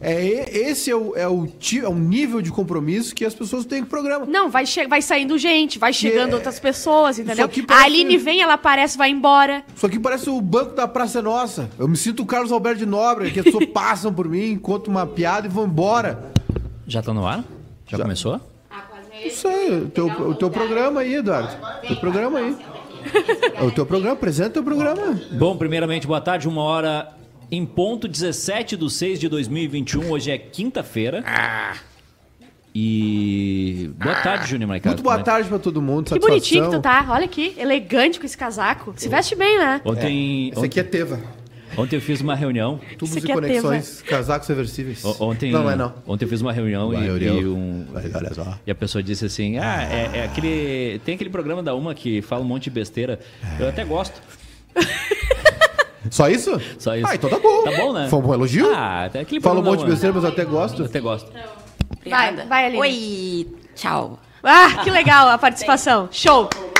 É, e- esse é o, é, o ti- é o nível de compromisso que as pessoas têm com o programa. Não, vai, che- vai saindo gente, vai chegando é- outras pessoas, entendeu? Só que A parece- Aline vem, ela aparece, vai embora. Isso aqui parece o banco da Praça é Nossa. Eu me sinto o Carlos Alberto de Nobre, que as pessoas passam por mim, contam uma piada e vão embora. Já tá no ar? Já, começou? Isso aí, o teu, o teu programa aí, Eduardo. O teu programa aí. É o teu programa, apresenta o teu programa. Bom, primeiramente, boa tarde, uma hora em ponto, 17 de 6 de 2021. Hoje é quinta-feira. E. Boa tarde, Júnior Maicado. Ah. Muito boa Como é- tarde pra todo mundo, Que satisfação. bonitinho que tu tá. Olha aqui, elegante com esse casaco. Se veste bem, né? Ontem, Esse aqui é Teva. ontem eu fiz uma reunião. Tubos Isso aqui e é conexões, casacos reversíveis. O- Ontem, Não, é não. ontem eu fiz uma reunião Vai, e, Uriel. e um- Vai, olha só. e a pessoa disse assim: Ah, é, é aquele. Tem aquele programa da Uma que fala um monte de besteira. É. Eu até gosto. Só isso? Só isso. Ah, então tá bom. Tá bom, né? Foi um bom elogio? Ah, até aquele Fala um programa monte de da Uma. besteira, mas eu até Eu gosto. até gosto. Vai, Obrigada. vai, Aline. Oi, tchau. Ah, que legal a participação. Show. Ah.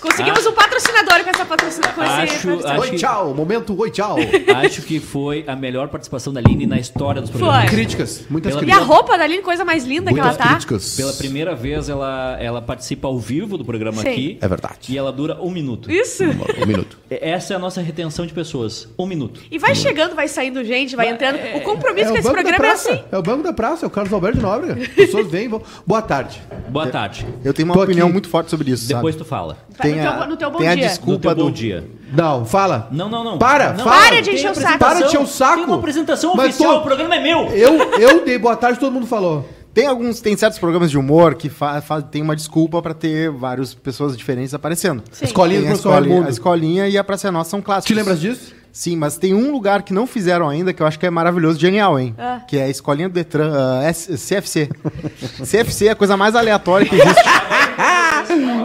Conseguimos um patrocinador com essa patrocina- com esse Acho- patrocinador. acho Oi, que- tchau. Momento, oi, tchau. Acho que foi a melhor participação da Aline na história dos programas. Foi. Críticas, muitas Pela E a críticas. roupa da Aline, coisa mais linda que ela Muitas tá. críticas. Pela primeira vez, ela, ela participa ao vivo do programa Sim. aqui. É verdade. E ela dura um minuto. Isso. Um minuto. Essa é a nossa retenção de pessoas. Um minuto. E vai chegando, vai saindo gente, vai entrando. O compromisso com o esse banco da programa é praça. assim. É o Banco da Praça, é o Carlos Alberto de Nóbrega. As pessoas vêm e vão. Boa tarde. Boa tarde. Eu tenho uma Tô opinião aqui. muito forte sobre isso, Depois tu sabe? fala. no a- teu- no teu bom tem a dia. No teu desculpa bom do... dia. Não, fala. Não, não, não. Para, Não, fala. Para de tem encher o saco. apresentação. Para de encher o saco. Tem uma apresentação Mas oficial, tô- o programa é meu. Eu, eu dei boa tarde, todo mundo falou. Tem alguns, tem certos programas de humor que fa, fa- tem uma desculpa pra ter várias pessoas diferentes aparecendo. Sim. Escolinha do Tem a, professor escolinha, a Raimundo. escolinha e a Praça é Nossa são clássicos. Te lembras disso? Sim, mas tem um lugar que não fizeram ainda que eu acho que é maravilhoso, genial, hein? Ah. Que é a escolinha do Detran, ah, S- CFC. CFC é a coisa mais aleatória que existe.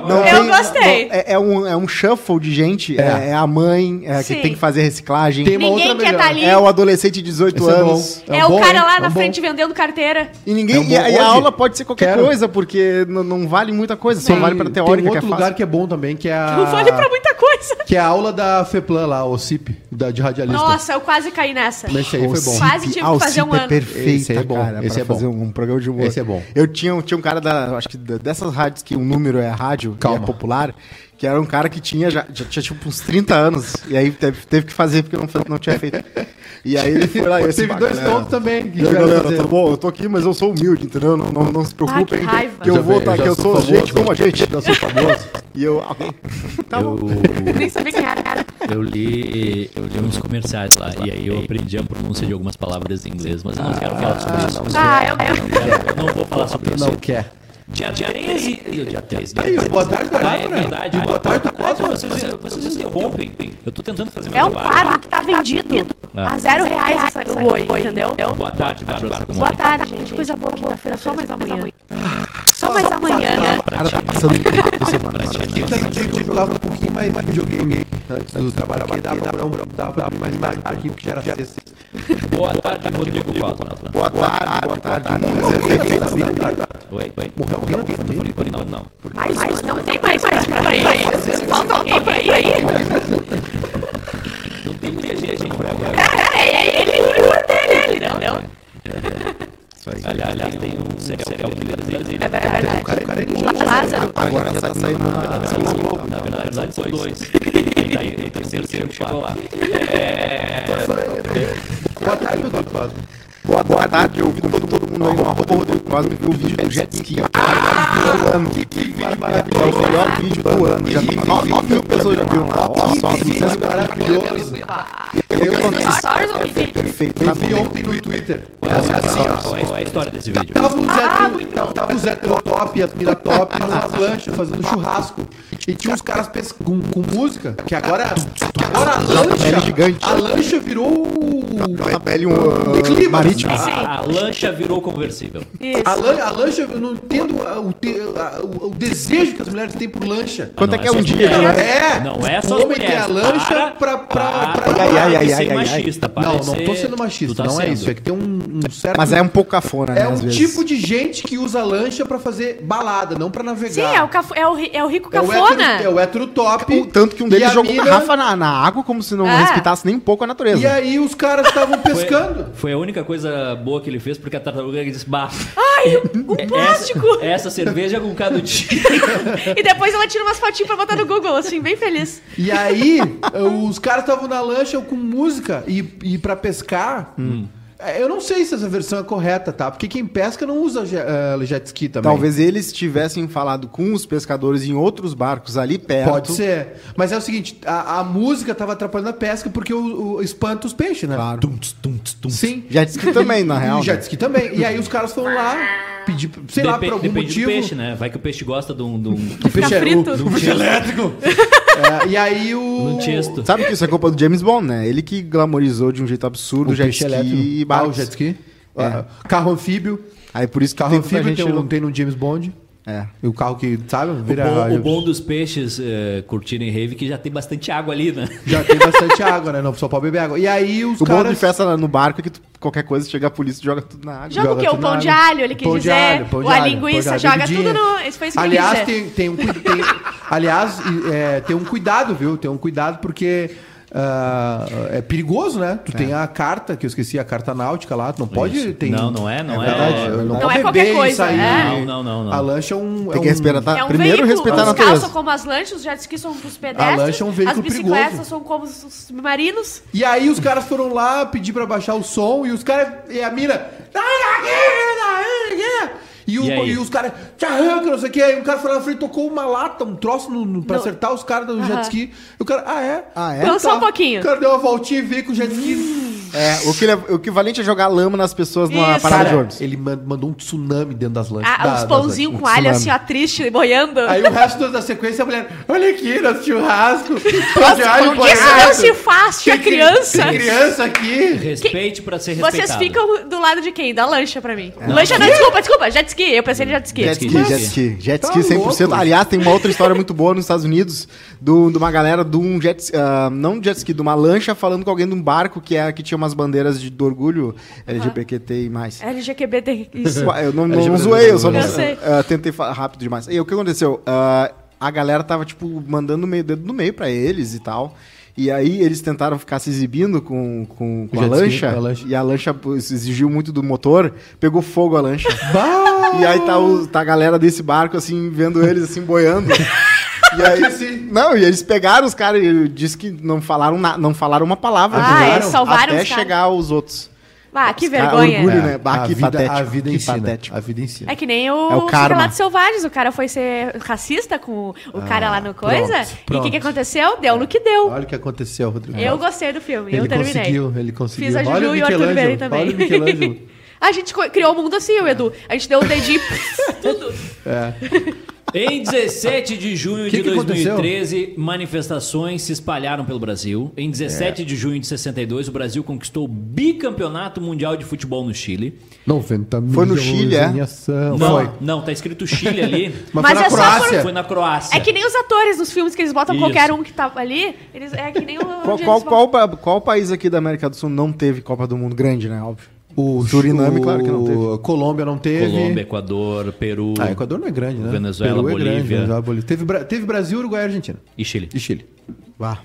Não Eu gostei. não- é, é um, é um shuffle de gente. É, é a mãe é, que Sim. tem que fazer reciclagem. Tem uma Ninguém outra quer melhor. tá ali. É o adolescente de 18 Esse é bom. anos. É, É um o bom, cara hein? lá É um na bom. frente vendendo carteira. E ninguém. É um bom e a, e hoje. a aula pode ser qualquer Quero. coisa, porque n- não vale muita coisa, só Tem- vale pra teórica Tem um outro que é lugar fácil. que é bom também, que é a... Não vale pra muita coisa. Que é a aula da FEPLAN lá, o CIP, da, de radialista. Nossa, eu quase caí nessa. Esse aí foi bom. Sim. Quase tive que Ah, o fazer um Cip é ano. perfeita, Esse é bom, cara, esse pra é bom. fazer um programa de humor. Esse é bom. Eu tinha, um- tinha um cara da, acho que da- dessas rádios que o número é rádio, Calma. que é popular, que era um cara que tinha já, já tinha tipo uns 30 anos, e aí teve, teve que fazer porque não, fe- não tinha feito. E aí ele foi lá e eu disse, Teve "Bah, dois galera, pontos também. que E aí, tiveram que galera, fazer. tá bom? Eu tô aqui, mas eu sou humilde, entendeu? Não, não, não se preocupem. Ah, que raiva. que eu Já vou veio, tá, já que eu sou sou famoso. gente como a gente. Eu sou famoso. E eu. ah, ok. Tá bom. Nem sabia quem era. Eu li, eu li uns comerciais lá e aí eu aprendi a pronúncia de algumas palavras em inglês, mas eu não quero falar sobre isso. Ah, eu quero. Eu não vou falar sobre isso. Não é. quer. Dia 13. Dia 13. Aí, boa tarde, Ah, galera. é verdade. Boa tarde, quase. Vocês, vocês interrompem. Eu tô tentando fazer meu É um trabalho. quadro que tá vendido Ah. a zero reais essa essa- oi, entendeu? Boa tarde, Bárbara. Como Boa tarde, gente. Coisa boa, quinta-feira, só mais amanhã. Só mais amanhã. Cara, tá passando. Quinta que eu jogava um pouquinho mais de videogame antes do trabalho aqui, dava pra um- dava pra abrir mais tarde, pouquinho que já era sexta. Boa tarde, Rodrigo Cosma. Boa tarde, boa tarde. Oi, oi. Morreu alguém? Não, não. Mas, mas não tem mais pra aí. Falta alguém pra ir aí. Não tem muita gente por agora. é, É. Aliás, aliás, tem um serial killer em Brasília. É um Lázaro. Agora tá saindo na. Na verdade, são dois. Ele tá aí, ele tá em terceiro, chegou lá. Boa tarde, meu Deus. Fábio. Boa, boa tarde, eu vi todo, todo mundo aí no arroba um Rodrigo Cosme viu o vídeo do um jet ski. Ah, do ano. É o melhor vídeo do ano. Já tá tem 9 mil pessoas já viram lá. Ó, só sucesso Maravilhoso. Stories ou vídeo? É perfeito. Eu Tá vi bom. ontem no Twitter. Qual é a história desse vídeo? Tava o Ah, Zé Teu- tava o Zé Teu top, as mina top, nas lanchas, fazendo churrasco. E tinha uns caras pes- com, com música, que agora, agora a Pele lancha, gigante. a lancha virou o A pele um, uh, clima. É marítimo. A, a lancha virou conversível. Isso. A, lan- a lancha, eu não entendo a- o, te- a- o- o desejo que as mulheres têm por lancha. Quanto não, é que é é um só dia? mulher. né? É! Não é só O as homem tem mulheres. a lancha pra. pra, pra- Ai, ai, ai, de ai, ser ai, machista, para Não, de não tô ser- sendo machista, tu tá não é sendo. isso. É que tem um, um certo. Mas é um pouco cafona, né? É um às vezes. tipo de gente que usa lancha pra fazer balada, não pra navegar. Sim, é o, cafo- é o ri- é o rico É o hétero, cafona. é o hétero top. O tanto que um E deles a jogou mina- com Rafa na, na água como se não É. respeitasse nem um pouco a natureza. E aí os caras estavam tá pescando. Foi a única coisa boa que ele fez, porque a tartaruga disse, bah, Ai, o o plástico! essa, essa cerveja é com cada dia. E depois ela tira umas fotinhas pra botar no Google, assim, bem feliz. E aí eh, os caras estavam na lancha com música e, e para pescar. Eh, Eu não sei se essa versão é correta, tá? Porque quem pesca não usa je- eh, jet ski também. Talvez eles tivessem falado com os pescadores em outros barcos ali perto. Pode ser. Mas é o seguinte, a, a música tava atrapalhando a pesca porque o, o- espanta os peixes, né? Claro. Sim. Já disse que também, na real. E jet né? ski também. E aí os caras foram lá pedir, sei lá, por Depe- algum depende motivo. do peixe, né? Vai que o peixe gosta de um... de um- O peixe Fica é- frito. o- o peixe elétrico. É, e aí o. num tiesto. Sabe que isso é culpa do James Bond, né? Ele que glamorizou de um jeito absurdo o jet peixe ski elétrico. e Ah, barcos. o jet ski. Ah, carro anfíbio. Aí por isso que Carro É. tem tanta anfíbio gente... tem, um- tem no James Bond. É. E o carro que, sabe, vira. Bom, o bom dos peixes eh, curtirem rave é que já tem bastante água ali, né? Já tem bastante água, né? Não só pode beber água. E aí os O caras. bom de festa lá no barco é que tu- qualquer coisa, chega a polícia e joga tudo na água. Joga o Joga quê? O tudo pão na de água. alho, ele quis Pão de dizer. alho, pão de Ou a alho, pão de linguiça, alho, joga bebidinha. tudo no. Isso foi isso que ele Aliás, quis dizer. tem, tem um, cu- tem, aliás e, é, tem um cuidado, viu? Tem um cuidado porque ah, é perigoso, né? Tu tem a carta, que eu esqueci, a carta náutica lá. Tu não pode... Tem, Não, não é, não é. verdade, Não é pode beber qualquer e coisa, é. Não, não, não, não. A lancha é um... Tem é que um- respeitar. É um primeiro veículo, respeitar a os carros natureza. são como as lanchas, os jet skis são os A lancha pedestres, é um veículo as bicicletas perigoso. são como os os submarinos. E aí os caras foram lá pedir pra baixar o som e os caras. E a mina. "Tá "Sai daqui, sai daqui!" E, o- E aí? e os caras. Te arranca, não sei o que. Aí um cara foi lá na frente, tocou uma lata, um troço no, no- pra No- acertar os caras do Aham. jet ski. E o cara. Ah, é? Ah, é? Então Então só um pouquinho. O cara deu uma voltinha e veio com o jet ski. É, o, que, ele- o equivalente é jogar lama nas pessoas numa Isso. parada de Cara, ônibus. ele man- mandou um tsunami dentro das lanchas. da- Ah, os das pãozinhos lanchas. com alho, assim, tsunami. ó, triste, boiando. um Aí o resto da sequência, a mulher, olha aqui, nosso churrasco. pão de alho Isso não boiado, se faz, tinha tem cri- criança. Tem criança aqui. Respeite pra ser respeitado. Vocês ficam do lado de quem? Da lancha pra É. mim. lancha não, desculpa, desculpa, jet ski. Eu pensei em jet ski. Jet ski, Mas- jet ski. Jet Tá ski 100%. louco. Aliás, tem uma outra história muito boa nos Estados Unidos do- de uma galera de um jet ski, ah, não de jet ski, de uma lancha falando com alguém de um barco que, é, que tinha umas bandeiras de, do orgulho LGBTQT e mais. LGQB tem isso. Ué, Eu não, não zoei, eu só não Eu sei. ah, tentei falar rápido demais. E o que aconteceu? Ah, a galera tava, tipo, mandando meio dedo no meio pra eles e tal. E aí eles tentaram ficar se exibindo com, com, com a, jet ski, lancha, com a lancha. E a lancha pô, exigiu muito do motor, pegou fogo a lancha. Bah! E aí tá, o- tá a galera desse barco, assim, vendo eles, assim, boiando. assim, E aí, assim, não, e eles pegaram os caras e disse que não falaram, na, não falaram uma palavra. Ah, jogaram eles salvaram Até os caras. chegar aos outros. Ah, que Os caras- vergonha. orgulho, É, né? Bah, a, que vida, patético, a vida que ensina. patético. A vida ensina. É que nem o, É o karma. Relatos Selvagens. O cara foi ser racista com o cara lá no coisa. E o que Ah, pronto. que, aconteceu? Deu no que deu. Olha o que aconteceu, Rodrigo. Eu gostei do filme, eu Ele terminei. conseguiu, ele conseguiu. Fiz a Olha Juju o e o Arthur Michelangelo, Berry também. olha o Michelangelo. a gente co- criou o mundo assim, eu, e o Edu. A gente deu o dedinho. tudo. Em 17 de junho Que de que aconteceu? 2013, manifestações se espalharam pelo Brasil. Em É. 17 de junho de 62, o Brasil conquistou o bicampeonato mundial de futebol no Chile. 90 Foi no milhões Chile, é? em ação. Não, Foi. não, tá escrito Chile ali. Mas, foi Mas na é só Croácia. Foi na Croácia. É que nem os atores dos filmes que eles botam Isso. qualquer um que tá ali. Eles, é que nem o. Qual, onde qual, eles qual, pa- qual país aqui da América do Sul não teve Copa do Mundo grande, né? Óbvio. O Suriname, claro que não teve. o Colômbia não teve. Colômbia, Equador, Peru Ah, Equador não é grande, né? Venezuela, Peru é Bolívia. grande, Venezuela, Bolívia. Teve, Bra- teve Brasil, Uruguai e Argentina. e Chile. E Chile. Vá.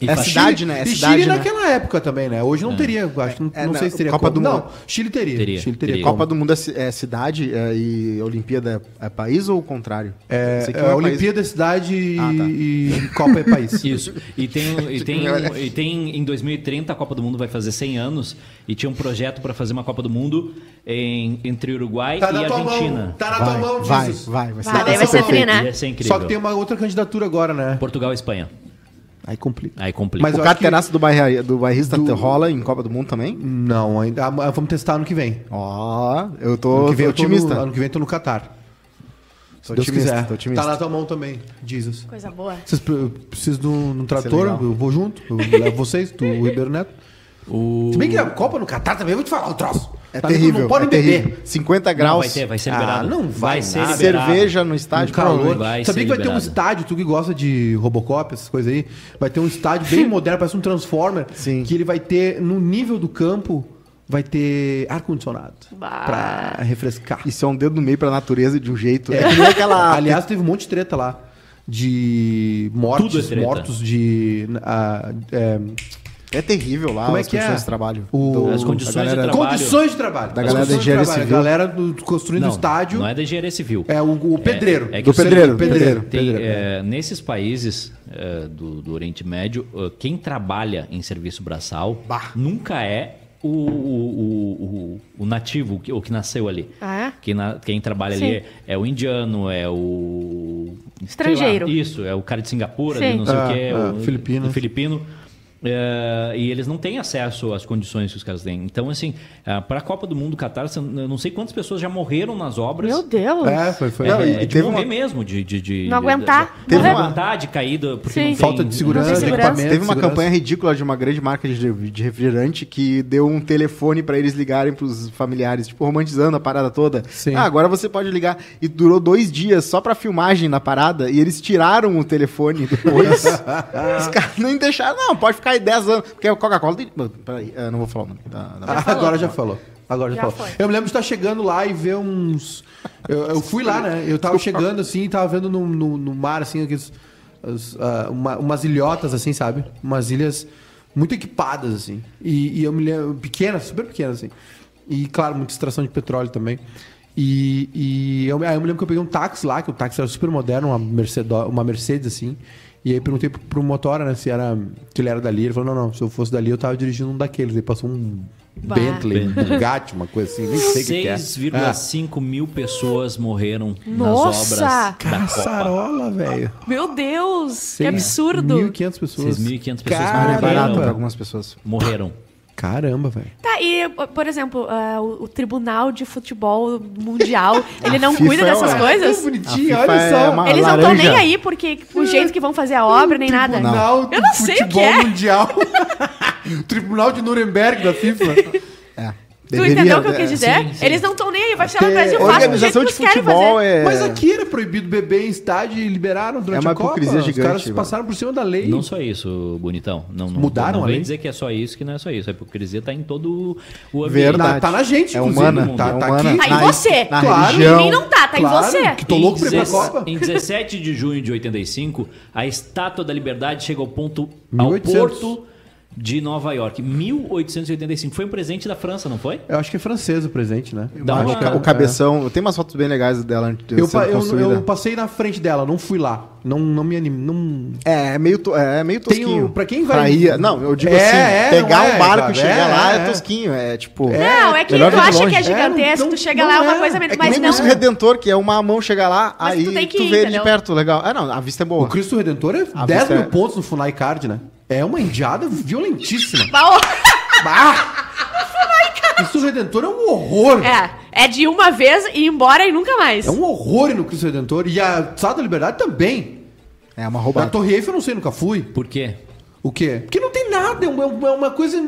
E É faz- cidade- né? É e cidade, Chile né? naquela época também, né? Hoje não teria, acho que não, É, não não, sei se teria Copa do Não, Mundo. Chile teria. Teria, Chile teria. teria. Copa Copa do Mundo é, ci- é cidade é, e Olimpíada é país ou o contrário? É, Sei que é, não país. Olimpíada é cidade e- Ah, tá. e Copa é país. Isso. E tem, um- e, tem, um- e tem em 2030 a Copa do Mundo vai fazer 100 anos e tinha um projeto pra fazer uma Copa do Mundo em- entre Uruguai Tá e na tua mão. Argentina. Tá na tua Vai, mão, vai, Jesus. Tá vai, vai, Vai, daí vai vai ser ser tri, perfeito. né? Ia ser incrível. Só que tem uma outra candidatura agora, né? Portugal e Espanha. Aí complica. Aí complica. Mas O eu acho que... carteiraço do, bairri, do bairrista te- rola em Copa do Mundo também? Não, ainda. ah, mas Vamos testar ano que vem. Ó, eu tô, Ano que vem tô eu tô otimista. no- ano que vem eu tô no Catar. Tô Se Deus otimista, quiser. tô otimista. Tá na tua mão também, Jesus. Coisa boa. Vocês pre- eu preciso de um, de um trator, legal. eu vou junto, eu levo vocês, tu, o Ribeiro Neto. Se bem que a Copa no Catar também, eu vou te falar o troço. É Tá ligado? terrível. Não pode é beber. terrível. 50 Não, graus. vai ter, vai ser Ah, liberado. não vai ser nada. liberado. Ah, Cerveja no estádio, Um calor. calor. Sabia Vai ser que vai ter um liberado. estádio, tu que gosta de Robocop, essas coisas aí, vai ter um estádio bem moderno, parece um Transformer, Sim. que ele vai ter, no nível do campo, vai ter ar-condicionado. Bah. Pra refrescar. Isso é um dedo no meio pra natureza de um jeito. É que nem aquela. Aliás, teve um monte de treta lá. De Tudo é mortes, treta. mortos de... ah, é, É terrível lá Como é as que é? condições de trabalho. O- Do- As condições da de galera- trabalho. Condições de trabalho. Da galera As da condições de engenharia trabalho. civil. A galera do- construindo o Não, estádio Não é da engenharia civil. é o, o pedreiro. É, é que Do o ser- pedreiro, tem- pedreiro, tem, pedreiro. é, nesses países é, do, do Oriente Médio, é, quem trabalha em serviço braçal Bah. nunca é o, o, o, o- o nativo, o que, o que nasceu ali. Ah, é? quem, na- quem trabalha ali Sim. é, é o indiano, é o. sei Estrangeiro. lá, isso, é o cara de Singapura, Sim. ali, não sei Ah, o quê. ah, o, filipino. o filipino. É, e eles não têm acesso às condições que os caras têm. Então, assim, para a Copa do Mundo Catar, eu não sei quantas pessoas já morreram nas obras. Meu Deus. É, foi, foi. É, Não, é, e- é e de teve morrer uma- mesmo, de, de, de- Não de- aguentar. de- Não Teve uma- aguentar de caída porque Sim. não tem- Falta de segurança, Não tem segurança. equipamento, Teve uma segurança. campanha ridícula de uma grande marca de de refrigerante que deu um telefone pra eles ligarem pros familiares, tipo, romantizando a parada toda. Sim. Ah, agora você pode ligar. E durou dois dias só pra filmagem na parada e eles tiraram o telefone depois. Os caras nem deixaram, não, pode ficar aí 10 anos. Porque a Coca-Cola tem. Mano, Peraí, eu não vou falar o nome. da- da- Ah, agora já falou. Agora já, Já falou. foi. Eu me lembro de estar chegando lá e ver uns. Eu, eu fui lá, né? Eu tava chegando assim, tava vendo no, no, no mar, assim, aqueles, as, ah, uma- umas ilhotas, assim, sabe? Umas ilhas muito equipadas, assim. E, e eu me lembro. Pequenas, super pequenas, assim. E, claro, muita extração de petróleo também. E, e eu, aí eu me lembro que eu peguei um táxi lá, que o táxi era super moderno, uma Mercedes, uma Mercedes assim. E aí perguntei pro, pro motora, né, se, era, se ele era dali. Ele falou, não, não, se eu fosse dali eu tava dirigindo um daqueles. Aí passou um Bah. Bentley, um Bugatti, uma coisa assim, nem sei o que, que é. 6,5 mil pessoas morreram Nossa! nas obras da Copa. Caçarola, Ah, velho. Meu Deus, que Seis- absurdo. 1.500 pessoas. 6.500 pessoas Ah, é barato pra Caramba, algumas pessoas. Morreram. Caramba, velho. Tá, e, por exemplo, ah, o, o Tribunal de Futebol Mundial, ele não FIFA cuida é dessas uma- Ah, coisas? que bonitinho, A olha FIFA é só. uma- Eles não estão laranja. nem aí porque o jeito que vão fazer a obra nem nada. Tribunal Eu não de sei o que Futebol é. Mundial. Tribunal de Nuremberg da FIFA. É. Tu entendeu o que eu é, quis dizer? sim, sim. Eles não estão nem aí, vai chegar no Ter Brasil fácil do jeito que Organização de eles querem fazer. futebol é. Mas aqui era proibido beber em estádio e liberaram durante É uma a Copa. hipocrisia Os caras gigante, mano. passaram por cima da lei. Não só isso, bonitão. Não, não, Mudaram não a vem lei? dizer que é só isso, que não é só isso. A hipocrisia tá em todo o ambiente. Tá- Verdade. tá na gente, é inclusive, humana, no mundo. Tá- é tá humana. aqui. Tá em Na- você. Na Claro. religião. Em mim não tá, tá em Claro, você. que tô louco pra ir pra deze- Copa. Em 17 de junho de 85, a Estátua da Liberdade chega ao ponto 1800. ao porto de Nova York. 1885. Foi um presente da França, não foi? Eu acho que é francês o presente, né? Dá Acho uma- que é O cabeção. Tem umas fotos bem legais dela antes de É. Eu, sendo pa- eu- construída. eu passei na frente dela, não fui lá. Não, não me animo. Não... É, é meio, to- é meio Tem o- tosquinho. pra quem vai- ir- não, eu digo É, é, assim, pegar não é, um barco cara, e chegar é, lá é, é. tosquinho. É tipo. Não, é que melhor tu ver de acha que é longe. gigantesco, É, não- tu chega não lá, é uma é. coisa É menos. que nem Mas o não. Cristo Redentor, que é uma mão chegar lá, Mas aí tu tu, tem que ir, vê ele entendeu? de perto, legal. Ah, não, a vista é boa. O Cristo Redentor é A 10 vista mil é- pontos no Funai Card, né? É uma indiada violentíssima. Ah! bah! Cristo Redentor é um horror. É. É, é de uma vez e ir embora e nunca mais. um horror no Cristo Redentor. E a Estátua da Liberdade também. É uma A roubada. Torre Eiffel eu não sei, nunca fui. Por quê? O quê? Porque não tem nada, é uma, é uma coisa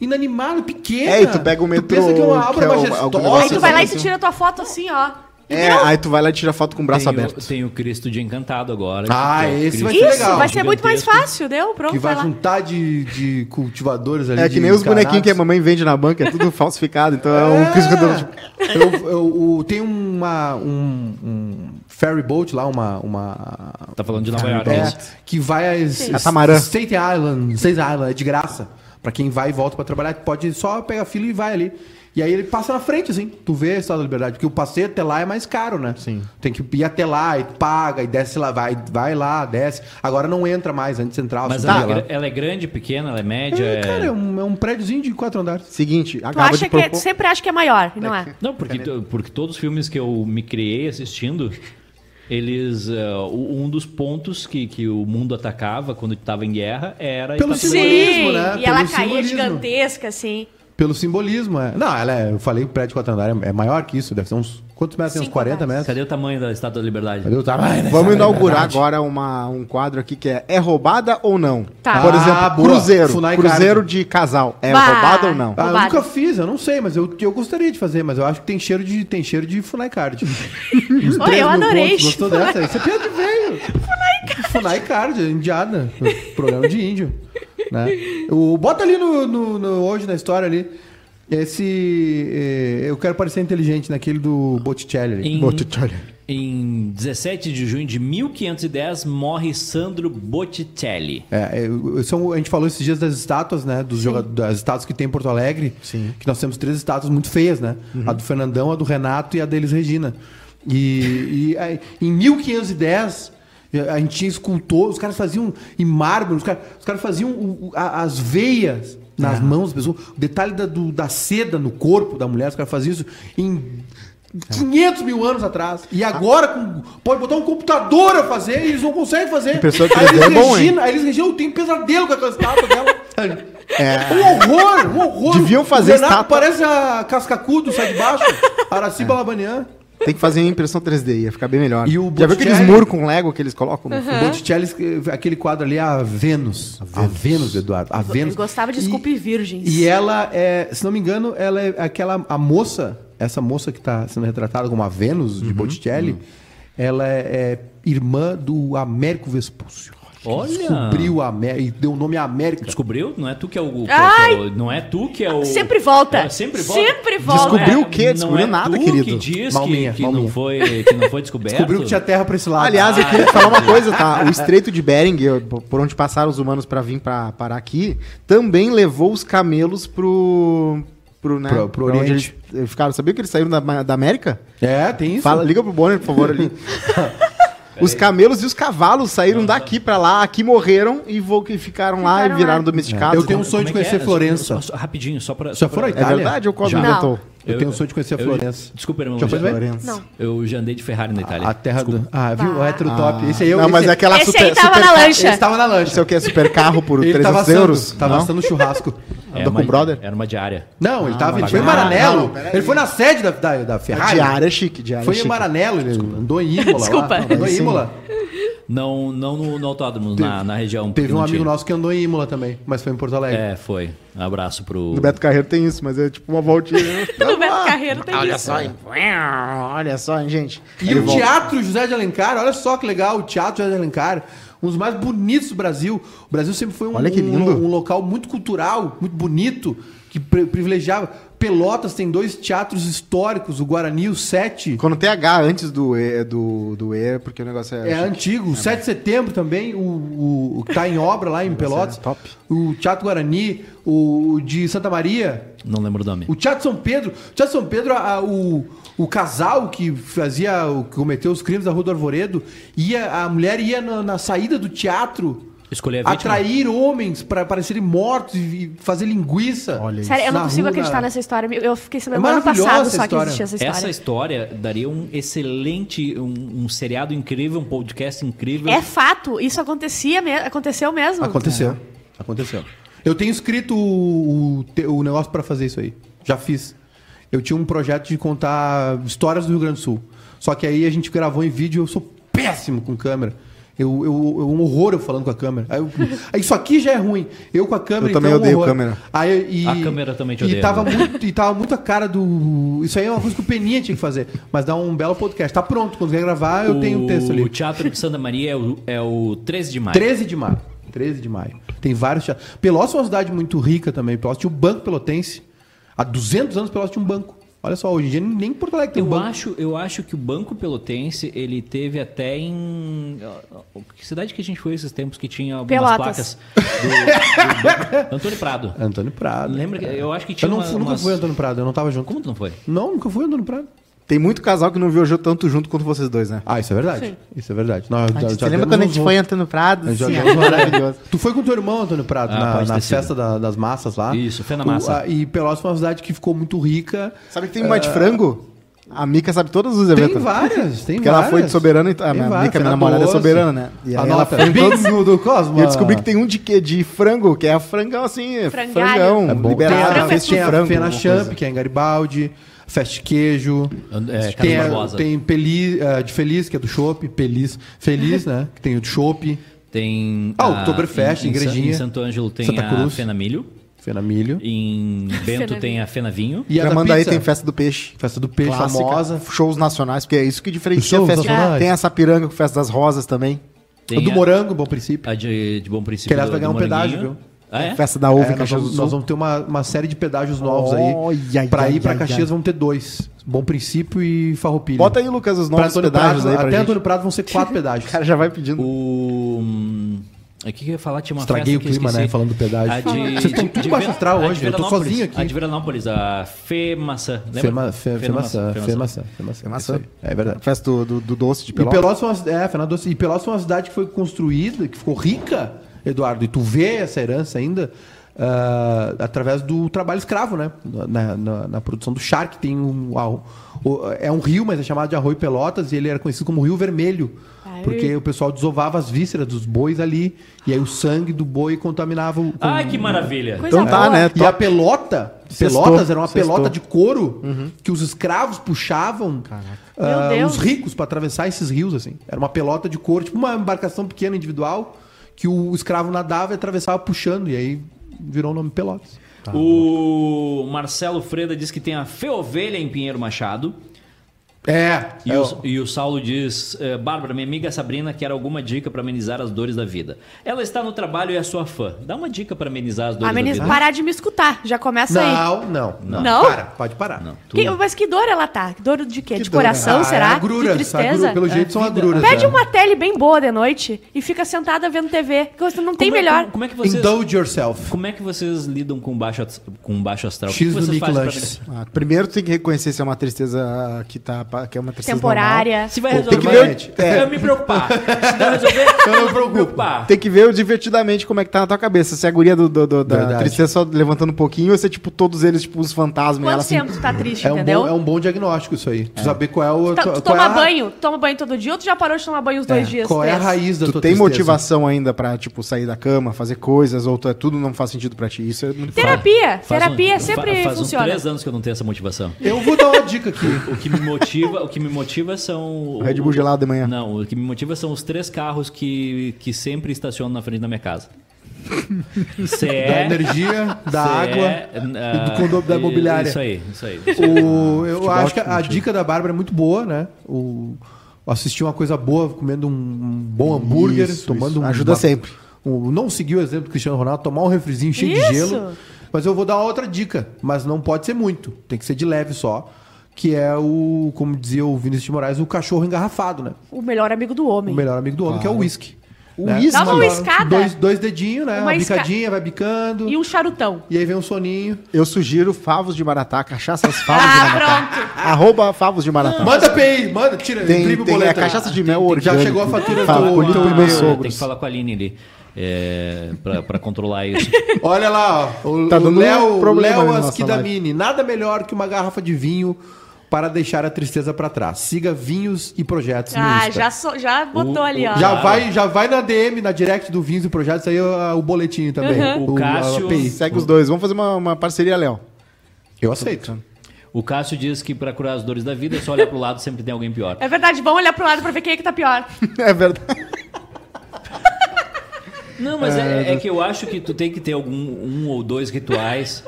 inanimada, pequena. É, e tu pega o metrô, pensa que é uma que obra é o- algum majestosa. negócio Aí tu vai lá né? e tu tira tua foto assim, ó. É, aí tu vai lá e tira foto com o braço tem aberto. O, tem o Cristo de Encantado agora. Ah, que é o esse vai Cristo ser Isso, legal. vai ser muito mais gigantesco. fácil, deu? Que Pronto, vai vai lá. juntar de, de cultivadores ali. É que de nem os cannabis. bonequinhos que a mamãe vende na banca, é tudo falsificado. Então é um Cristo Redentor. tipo, É. Eu, eu- o- tem uma, um, um ferry boat lá, uma. uma Tá falando de Nova York. é, né? que vai a Catamarã. State Island, State Island, é de graça. Pra quem vai e volta pra trabalhar, pode só pegar fila e vai ali. E aí ele passa na frente, assim. Tu vê a Estado da Liberdade, porque o passeio até lá é mais caro, né? Sim. Tem que ir até lá e paga, e desce lá, vai, vai lá, desce. Agora não entra mais, antes de entrar, Mas subia ela, lá. é gra- ela é grande, pequena, ela é média. É, é- Tá, cara, é um, é um prédiozinho de quatro andares. Seguinte, Tu acaba de acha que é, propor. tu sempre acha que é maior, e não é? Não, porque, to- porque todos os filmes que eu me criei assistindo, eles. eh, o- um dos pontos que, que o mundo atacava quando estava em guerra era. a Pelo estação- simbolismo, Sim, né? e ela Pelo caía simbolismo. gigantesca, assim. Pelo simbolismo, é. Não, ela é, eu falei que o prédio quatrandário é maior que isso, deve ser uns. Quantos metros? Tem uns Cinco 40 andares. metros? Cadê o tamanho da Estátua da Liberdade? Cadê o tamanho? dessa Vamos inaugurar verdade? agora uma, um quadro aqui que é É roubada ou não? Tá. Por Ah, exemplo, boa. cruzeiro. Funai cruzeiro Card. de casal. É Bah. roubada ou não? Ah, eu Roubado. nunca fiz, eu não sei, mas eu, eu gostaria de fazer, mas eu acho que tem cheiro de, tem cheiro de Funai Card. Uns Olha, 3 mil eu adorei. pontos. Gostou dessa? Isso é piada de velho. Funai Card, indiada. Programa de índio. Né? O, bota ali no, no- no- hoje na história ali. Esse. eh, eu quero parecer inteligente naquele do Botticelli. ali. Em- Botticelli. Em 17 de junho de 1510, morre Sandro Botticelli. É, é, são, a gente falou esses dias das estátuas, né? Dos joga- das estátuas que tem em Porto Alegre. Sim. Uhum. Que nós temos três estátuas muito feias, né? A do Fernandão, a do Renato e a deles Regina. E, e aí, em 1510, a gente tinha escultor, os caras faziam em mármore, os caras, os caras faziam o- o- a- as veias Ah. nas mãos da pessoa, o detalhe da, do- da seda no corpo da mulher, os caras faziam isso em É. 500 mil anos atrás. E agora, com- pode botar um computador a fazer e eles não conseguem fazer. Impressora Aí 3D é eles bom, hein? Aí eles regiam, eu tenho pesadelo com aquela estátua dela. É. Um horror, um horror. Deviam fazer o Renato estátua- É. parece a Cascacudo, sai de baixo. Araciba Labanian. Tem que fazer em impressão 3D, ia ficar bem melhor. E o Já viu aqueles Botticelli? muros com Lego que eles colocam? Uhum. no fundo? Botticelli, escreve- aquele quadro ali é a Vênus. A Vênus, Eduardo. A Vênus. Eu gostava de E- Scoop Virgens. E ela é, se não me engano, ela é aquela a moça, essa moça que está sendo retratada como a Vênus Uhum. de Botticelli, ela é, é irmã do Américo Vespúcio. Olha! Descobriu a América e deu o nome à América. Descobriu? Não é tu que é o. Ai! que é o- Não é tu que é o. Sempre volta. É, sempre volta. Sempre volta. Descobriu o quê? não Descobriu é nada, tu querido. Que diz Malminha, que, que, malminha. não foi, que não foi descoberto. Descobriu que tinha terra para esse lado. Aliás, eu queria te falar uma coisa, tá? O Estreito de Bering, eu- por onde passaram os humanos pra vir pra, parar aqui, também levou os camelos pro. pro, né? Pro- pro pra onde Oriente. eles, eh, ficaram. Sabia que eles saíram da, da América? é, tem isso. Fala, liga pro Bonner, por favor, ali. Os camelos e os cavalos saíram daqui pra lá, aqui morreram e vo- que ficaram, lá e Ficaram viraram lá. domesticados. Eu tenho um sonho de Como é que conhecer é? Florença. Só- só- rapidinho, só pra. Já só foram à pra- É Itália? verdade ou Cosmo Já. inventou? Eu, tenho um sonho de conhecer a eu- Florença. Desculpa, irmão. Já foi bem? Florença. Não. Eu já andei de Ferrari na Itália. A terra do. Desculpa. Ah, viu? O Bah. hétero top. Esse aí eu. Não, mas esse, é aquela Esse super. aí tava super na ca- lancha. Esse estava na Não sei lancha. o que, é super carro por Ele 300 tava euros? assando, tava Não? Ah, assando churrasco. É Andou uma- com brother? Era uma diária. Não, ele tava. Ele mas foi em não, Maranello. não, peraí. ele foi na sede da, da, da Ferrari. Diária é chique, diária é Foi em chique. Maranello, ele andou em Imola. lá. Desculpa. Andou em Sim. Imola. Não, não no, no autódromo, na, na região. Teve um não amigo tinha. nosso que andou em Imola também, mas foi em Porto Alegre. É, foi. Abraço pro. O Beto Carreiro tem isso, mas é tipo uma voltinha. é Do Beto Carreiro tem Ah, Olha isso. só, hein? Olha só, hein, gente. E o Teatro José de Alencar, olha só que legal, o Teatro José de Alencar, um dos mais bonitos do Brasil. O Brasil sempre foi um, Olha que um- lindo. um local muito cultural, muito bonito, que pri- privilegiava. Pelotas tem dois teatros históricos, o Guarani e o Sete. Quando tem H antes do E, é do, do E porque o negócio é. É antigo, o 7 de setembro também, o, o, o que tá em obra lá em Pelotas. é top. O Teatro Guarani, o, o de Santa Maria, Não lembro o nome. o Teatro São Pedro. O Teatro São Pedro, a- a- o, o casal que fazia, o, que cometeu os crimes da Rua do Arvoredo, ia, a mulher ia na, na saída do teatro É Escolher a vítima. atrair homens para parecerem mortos e, e fazer linguiça. Olha isso. Sério, eu não Na consigo rua, acreditar na- nessa história. Eu- Eu fiquei sabendo É no ano maravilhosa passado essa só que história. existia essa história. Essa história daria um excelente, um, um seriado incrível, um podcast incrível. É fato, isso acontecia me... aconteceu mesmo. Aconteceu. É. Aconteceu. Eu tenho escrito o, o te- o negócio pra fazer isso aí. Já fiz. Eu tinha um projeto de contar histórias do Rio Grande do Sul. Só que aí a gente gravou em vídeo e eu sou péssimo com câmera. Eu, eu, eu- um horror eu falando com a câmera. Aí eu- aí isso aqui já é ruim. Eu com a câmera. Eu também então, é um odeio horror. câmera. Aí, e, A câmera também te e odeia, tava né? muito E tava muito a cara do. Isso aí é uma coisa que o Peninha tinha que fazer. Mas dá um belo podcast. Tá pronto. Quando vier gravar, eu tenho um texto ali. O Teatro de Santa Maria é o, é o 13 de maio. 13 de maio. 13 de maio. Tem vários teatros. Pelotas é uma cidade muito rica também. Pelotas tinha o Banco Pelotense. Há 200 anos Pelotas tinha um banco. Olha só, hoje em dia nem Porto Alegre tem um Eu banco. acho, eu acho que o Banco Pelotense, ele teve até em... ó, ó, Que cidade que a gente foi esses tempos que tinha algumas Pelotas. placas? Do, do banco? Antônio Prado. Antônio Prado. Lembra que eu acho que Eu tinha não, uma- fui- nunca umas- fui Antônio Prado, eu não tava junto. Como tu não foi? Não, nunca fui Antônio Prado. Tem muito casal que não viajou tanto junto quanto vocês dois, né? Ah, isso é verdade. Isso é verdade. Nós, já- já demos uns- Antônio Prado? já Sim, demos um- maravilhoso. Tu foi com teu irmão, Antônio Prado, Ah, na, pode na ter sido. festa da- das massas lá. Isso, foi na O- massa. é a- e Pelotas foi uma cidade que ficou muito rica. Ah. Sabe que tem uma de um frango? A Mica sabe todos os Tem eventos. várias, tem Porque várias. ela foi de soberana. e- A Tem minha várias, Mica, Fernando minha namorada, é Bolso. soberana, né? E aí ela Anota. foi em todos Bingo do Cosmo. E eu descobri que tem um de quê? De frango, que é frangão assim, Frangalho. frangão, É bom. liberado, tem a, frango, fez de tem a frango. Fena alguma Champ, coisa. que é em Garibaldi, Fast Queijo. É, Carlos tem, a, Barbosa. tem Peli, eh, de Feliz, que é do Chopp. Feliz, Feliz, né? Que tem o de Chopp, Tem. Ah, a- Oktoberfest, em- em Sa- Igrejinha. Em Santo Ângelo tem Santa a Cruz. Fena Milho. Fena Milho. Em Bento Fena tem a Fena Vinho. E a é da Tramandaí pizza. tem festa do peixe. Festa do Peixe, Clássica. famosa. Shows nacionais, porque é isso que diferencia a Shows festa. nacionais. Tem essa piranga com festa das rosas também. Tem a do a- Morango, bom princípio. A de, de Bom Princípio. Que, aliás, do- vai ganhar do um pedágio, Moranguinho. viu? Ah, é? Festa da uva É, em nós, Caxias do vamos, nós Sul. vamos ter uma, uma série de pedágios novos Olha, aí. ai, Pra ai, ir pra ai, Caxias ai. vamos ter dois. Bom Princípio e Farroupilha. Bota aí, Lucas, os pra novos Antônio pedágios Prado, aí pra Até gente. Antônio Prado vão ser quatro O pedágios. cara já vai pedindo. O. hum, O que, que eu ia falar? Tinha uma Estraguei festa o clima, que eu esqueci. né? Falando do pedágio. A de, Vocês estão tudo baixo astral a de hoje, eu tô Veranópolis. sozinho aqui. A de Veranópolis, a Fê Maçã. lembra? Fema, fe, Fê Fema- Maçã, Fê Fema- Maçã. Fema- Fema- Fema- Maçã. Isso aí. É verdade. Festa do, do- do doce de E Pelotas. Pelotas foi uma, cidade- é, Fernando Doce. E Pelotas foi uma cidade que foi construída, que ficou rica, Eduardo. E tu vê essa herança ainda ah, através do trabalho escravo, né? Na, na- na produção do charque tem um ah, o- é um rio, mas é chamado de Arroio Pelotas e ele era conhecido como Rio Vermelho, Ai. porque o pessoal desovava as vísceras dos bois ali e aí o sangue do boi contaminava o Ai, que maravilha. Coisa Então tá, boa. né? e a pelota, Sextou. pelotas era uma Sextou. pelota de couro que os escravos puxavam ah, Meu Deus. os ricos para atravessar esses rios assim. Era uma pelota de couro, tipo uma embarcação pequena individual que o escravo nadava e atravessava puxando e aí virou o nome pelotas. O Marcelo Freda diz que tem a Fê Ovelha em Pinheiro Machado. É. E, é, o, e o Saulo diz: eh, Bárbara, minha amiga Sabrina quer alguma dica para amenizar as dores da vida. Ela está no trabalho e é sua fã. Dá uma dica para amenizar as dores Ameniza, da vida. parar de me escutar. Já começa aí. Não, não, não, Não? Para, pode parar. Tu- Que- mas que dor ela tá? Que Dor de quê? Que de dor? coração, Ah, será? é agruras, de tristeza? Ah, agruras, pelo jeito são agruras. Pede é. uma tele bem boa de noite e fica sentada vendo TV. Que você não tem Como é- melhor. como- como é que vocês. Indulge yourself. Como é que vocês lidam com baixo, at- com é baixo astral? X o que do vocês Nick fazem pra Lanches. amenizar? Ah, primeiro tu tem que reconhecer se é uma tristeza que, tá, pa- que é uma tristeza Temporária. Se vai Tem resolver, que ver- é. eu vou me preocupar. Se não resolver, eu não me preocupar. normal. Tem que ver o divertidamente como é que tá na tua cabeça. Se é a guria do, do- do- da Verdade. tristeza só levantando um pouquinho ou se é tipo todos eles, tipo os fantasmas. e Quanto ela, assim, tempo tu tá triste, É um, entendeu? bom, é um bom diagnóstico isso aí. Tu saber qual é o. Tá- qual tu é toma a- banho, tu toma banho todo dia ou tu já parou de tomar banho os dois é, dias? Qual é a três? raiz da Tu tua tem tristeza? motivação ainda pra, tipo, sair da cama, fazer coisas, ou tu- é tudo não faz sentido pra ti. Isso é muito foda. Terapia. Faz terapia um- sempre fa- faz uns funciona. três anos que eu não tenho essa motivação. Eu vou dar uma dica aqui. O que me motiva, o que me motiva são. o- Red Bull gelado de manhã. Não, o que me motiva são os três carros que, que sempre estacionam na frente da minha casa. Cê Da é, energia, da cê água é, e do condomínio da e- imobiliária. Isso aí, isso aí. O- eu acho que a dica da Bárbara é muito boa, né? O, assistir uma coisa boa, comendo um, um bom hambúrguer, Isso, tomando isso. um. Ajuda sempre. um- não seguir o exemplo do Cristiano Ronaldo, tomar um refrizinho cheio Isso. de gelo. Mas eu vou dar outra dica, mas não pode ser muito, tem que ser de leve só. Que é o, como dizia o Vinícius de Moraes, o cachorro engarrafado, né? O melhor amigo do O homem. melhor amigo do homem, que é o uísque. O uísque? Dá uma Agora, uiscada. Dois, dois dedinhos, né? Uma Uma, isca- bicadinha, vai bicando. E um charutão. E aí vem um soninho. Eu sugiro favos de maratá, cachaças favos Ah, de maratá. Arroba favos de maratá. Manda PI, manda, tira, Tem, imprime o tem a boleto. cachaça de mel Já orgânico. chegou a fatura do- Fala, colhi do pelos e-mail. meus Ah, Tem que sogros. falar com a Aline ali. É, pra, pra controlar isso. Olha lá, ó. O, Tá tá dando o um Léo, problema Léo na nossa Asquidamini. Nada melhor que uma garrafa de vinho para deixar a tristeza pra trás. Siga vinhos e projetos no Ah, Insta. já, so- já botou O- ali, ó. Já Claro. vai, já vai na DM, na direct do Vinhos e Projetos, aí ó, o boletim também. O a- a Cássio- API. Segue os dois. Vamos fazer uma, uma parceria, Léo. Eu aceito. O Cássio diz que pra curar as dores da vida é só olhar pro lado, sempre tem alguém pior. É verdade, vamos olhar pro lado pra ver quem é que tá pior. É verdade. Não, mas é, é que eu acho que tu tem que ter algum um ou dois rituais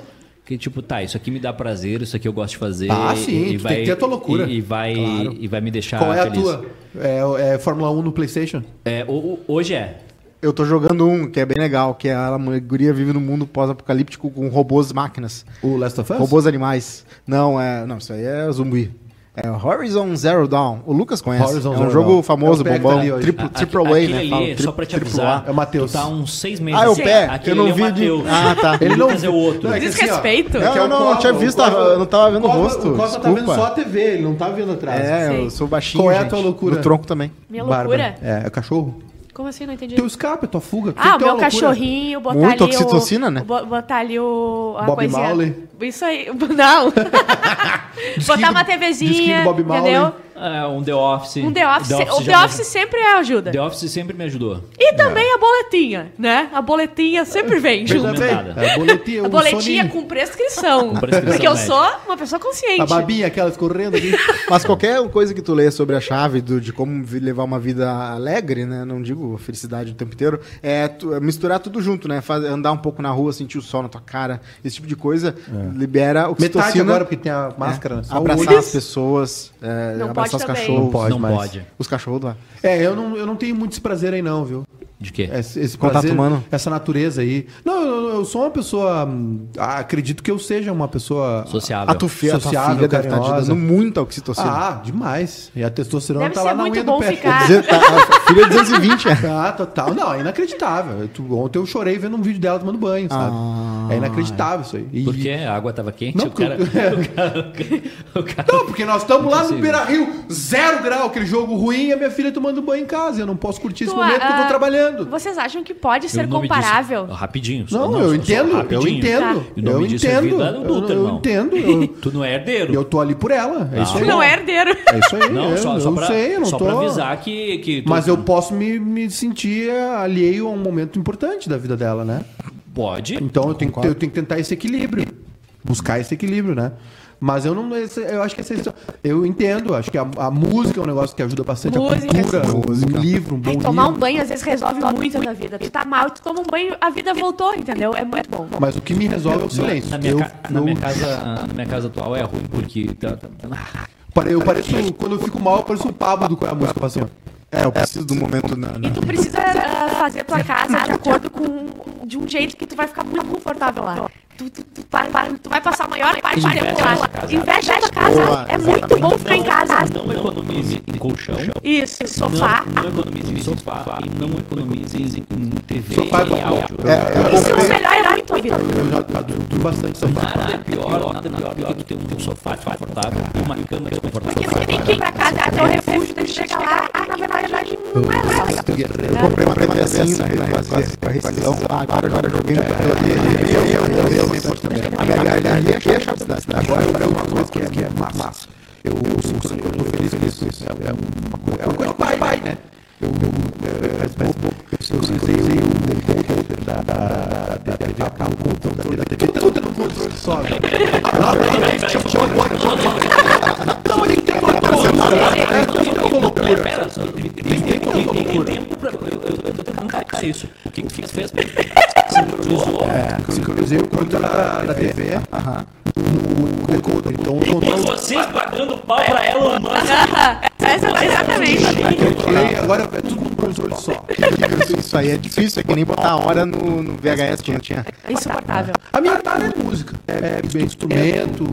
que tipo, tá, isso aqui me dá prazer, isso aqui eu gosto de fazer. Ah, sim, tu tem que ter a tua loucura. E, e vai e vai me Tá deixar Qual é a feliz. tua? É, é Fórmula 1 no PlayStation? É, o- o- hoje é. Eu tô jogando um que é bem legal, que é a guria vive num mundo pós-apocalíptico com robôs máquinas. O Last of Us? Robôs animais. Não, é. Não, isso aí é zumbi. É Horizon Zero Dawn. O Lucas conhece. Horizon é um Zero jogo Dawn. famoso, É o pé que tá bombão. ali hoje. Triple, A- triple A, aquele né? ali, Fala, tri- só pra te triple avisar, É o Matheus. tu tá há uns seis meses. Ah, é o pé. Aquele Eu não ali é o vi de- Matheus. Ah, tá. Ele não é o outro. Não, é que assim, ó, Desrespeito. é Não, que é o não, Cosma, não tinha o visto, Cosma- eu não tava vendo o Cosma- rosto, O Costa tá vendo desculpa. só a TV, ele não tá vendo atrás. É, Sim. eu sou baixinho. Qual é a gente. tua loucura? No tronco também. Minha Bárbara. loucura. É, é cachorro? Como assim? Não entendi. Teu escape, tua fuga. Ah, o Tem que ter meu uma loucura. cachorrinho, botar Muita ali oxitocina, o, né? bo- botar ali o... a Bob coisinha. Marley. Isso aí. Não. botar uma disquinho TVzinha, do Bob Marley. entendeu? É, um The Office. Um The Office. o já The me- Office sempre ajuda. The Office sempre me ajudou. E É. também a boletinha, né? A boletinha sempre vem junto. Também. Aumentada. É, boletinha, A um boletinha soninho. com prescrição. prescrição Porque eu médica. sou uma pessoa consciente. A babinha, aquela escorrendo ali. Mas qualquer coisa que tu leia sobre a chave do- de como vi- levar uma vida alegre, né? Não digo felicidade o tempo inteiro, é, tu- é misturar tudo junto, né? Faz- andar um pouco na rua, sentir o sol na tua cara, esse tipo de coisa É. libera Metade oxitocina. agora, porque tem a máscara. né? é, Só o abraçar olho. as pessoas, é, Não abraçar pode os também. cachorros. Não pode não mais. pode. Os cachorros lá. É, eu não, eu não tenho muito esse prazer aí não, viu? De quê? Esse, esse Contato prazer, humano. Essa natureza aí. Não, eu, eu sou uma pessoa... hum, ah, acredito que eu seja uma pessoa... Sociável. A, tu, fi- a tua Ah, Sociável, filha deve estar te carinhosa. dando muita oxitocina. Ah, demais. E a testosterona Deve tá ser lá na muito unha bom do pé. ficar. Dizer- tá- a filha de 220, é. Ah, total. Não, é inacreditável. Eu- tu- ontem eu chorei vendo um vídeo dela tomando banho, sabe? é inacreditável isso aí. E- Ah. Por quê? A água tava quente? Não, o, cara, porque- o cara- o cara- Não, porque nós estamos lá no Impossível. Beira Rio, zero grau, aquele jogo ruim, e a minha filha tomando banho em casa. Eu não posso curtir esse Tu, momento que eu ah, tô trabalhando. Vocês acham que pode o ser um nome comparável? disso- Ah. rapidinho. só- Não, só- eu só entendo, eu rapidinho. entendo. E o nome Eu disso é entendo. vida adulta, eu, eu irmão. entendo. Eu, Tu não é herdeiro. eu tô ali por ela. É isso Tu aí. não é herdeiro. É isso aí. Ah. Não, eu, só, só eu pra, sei, eu não só tô... pra avisar que... que tu- Mas eu posso me, me sentir alheio a um momento importante da vida dela, né? Pode. Então eu tenho, que, ter- eu tenho que tentar esse equilíbrio. Buscar esse equilíbrio, né? Mas eu não. esse- Eu acho que essa história- Eu entendo, acho que a, a música é um negócio que ajuda bastante. Música, a cultura, um livro, um bom Ai, tomar um livro. banho às vezes resolve muito na vida. Tu tá mal, tu toma um banho, a vida voltou, entendeu? É muito bom. Mas o que me resolve é o silêncio. Na minha, eu, ca- na eu- minha casa, ah, na minha casa atual é ruim, porque... tá- tá- ah, pare- eu pareço. Quando eu fico mal, eu pareço o Pablo com a música passando. É, eu preciso do momento. Na, na- E tu precisa ah, fazer tua casa de acordo com. de um jeito que tu vai ficar muito confortável lá. Tu, tu, tu, pa- pa- tu vai passar a maior parte do tempo lá. Investe a tua casa. Boa, é muito bom ficar em casa. Não economize em colchão. Isso, sofá. Não, não economize em sofá. E não economize em TV Sofá é e bom. áudio. É, eu Isso é o comprei- melhor da tua vida. Eu já eu durmo bastante sofá. Nada é pior, nada é melhor do que ter um um sofá confortável e uma cama desconfortável. Porque você tem que ir pra casa, até o refúgio, tem que chegar lá. Ah, na verdade, não é lá. legal. Eu comprei uma TV assim, né? Quase pra rescisão. Ah, Agora, agora eu joguei no papel ali. Eu, eu, eu, eu, eu. A minha galera ali achei a chave da cidade. Agora eu uma coisa que é que é massa. Eu sinto que eu tô feliz com isso. É uma coisa. É uma coisa pai, pai, né? Eu, eu, eu usei o decoder da, da, da TV, o controle da TV, da TV, tudo no controle, só. Cara, isso. O que que fez? É. Sincronizei o controle da, da TV. no- no decoder. Então o controle. Vocês pagando pau pra ela, mano. Essa- é Exatamente. E agora é tudo num controle só. Isso aí é difícil, é que nem botar a hora no, no VHS quando tinha. Insuportável. A minha tara é música. É, bem instrumento,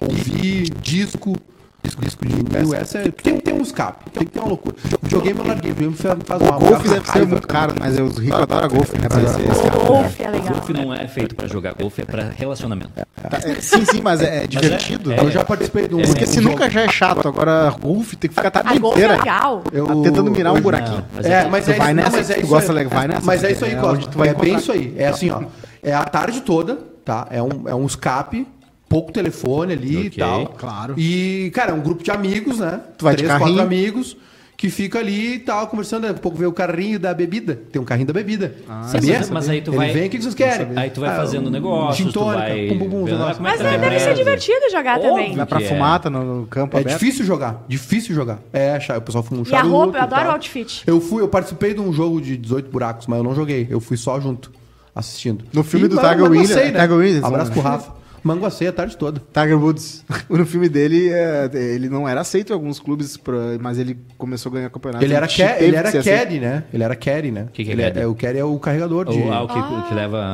ouvir, disco. Disco, disco de vinil. Essa é, tem, tem um escape, tem que ter uma loucura. Videogame eu larguei, videogame faz- faz mal. Golfe deve Faz ser raiva. muito caro, mas os ricos adoram golfe, né? Pra ser esse cara. Golfe é legal. Golfe não é feito pra jogar, golfe é pra relacionamento. Tá, é, sim, sim, mas é, divertido. Eu já participei de um. Porque se um jogo. nunca já é chato, agora golfe tem que ficar a tarde A golfe é inteira legal. Eu- tá tentando mirar um hoje- buraquinho. Não, mas É, Ah, mas Tu é vai isso, nessa não, mas que é tu isso gosta, aí. le- vai nessa Mas que é isso aí, é onde Costa. tu vai é bem encontrar. isso aí. É assim, ó. É a tarde toda, tá? É um, é um escape, pouco telefone ali Ok, e tal. claro. E, cara, é um grupo de amigos, né? Tu vai de Três, quatro carrinho? amigos que fica ali e tal, conversando. Daqui a pouco vê o carrinho da bebida. Tem um carrinho da bebida. sabia? Ah, mas- mas aí tu Ele vai- vem, o que vocês querem? Aí tu vai Ah, fazendo um negócio, gin tu tônica, vai... pum, pum, pum, vendo sei lá. como é Mas que tá é, a deve ser empresa. divertido jogar Óbvio. também. Vai pra Que é. fumata no, no campo É aberto. difícil jogar, difícil jogar. É, chá- o pessoal fuma um E a charuto. roupa, eu adoro tal. o outfit. Eu fui, eu participei de um jogo de 18 buracos, mas eu não joguei. Eu fui só junto, assistindo. No filme do mas- Tiger manguacei, Williams- Né? Tiger Williams, Abraço né? pro Rafa. Manguacei a tarde toda. Tiger Woods, no filme dele, é, ele não era aceito em alguns clubes, pra- mas ele começou a ganhar campeonato. ele era, Ah, Teve ca- ele era ser assim. caddy, aceito. né? Ele era caddy, né? Que que é ele caddy? é, o caddy é o carregador de... Ou ah, o que, o que leva...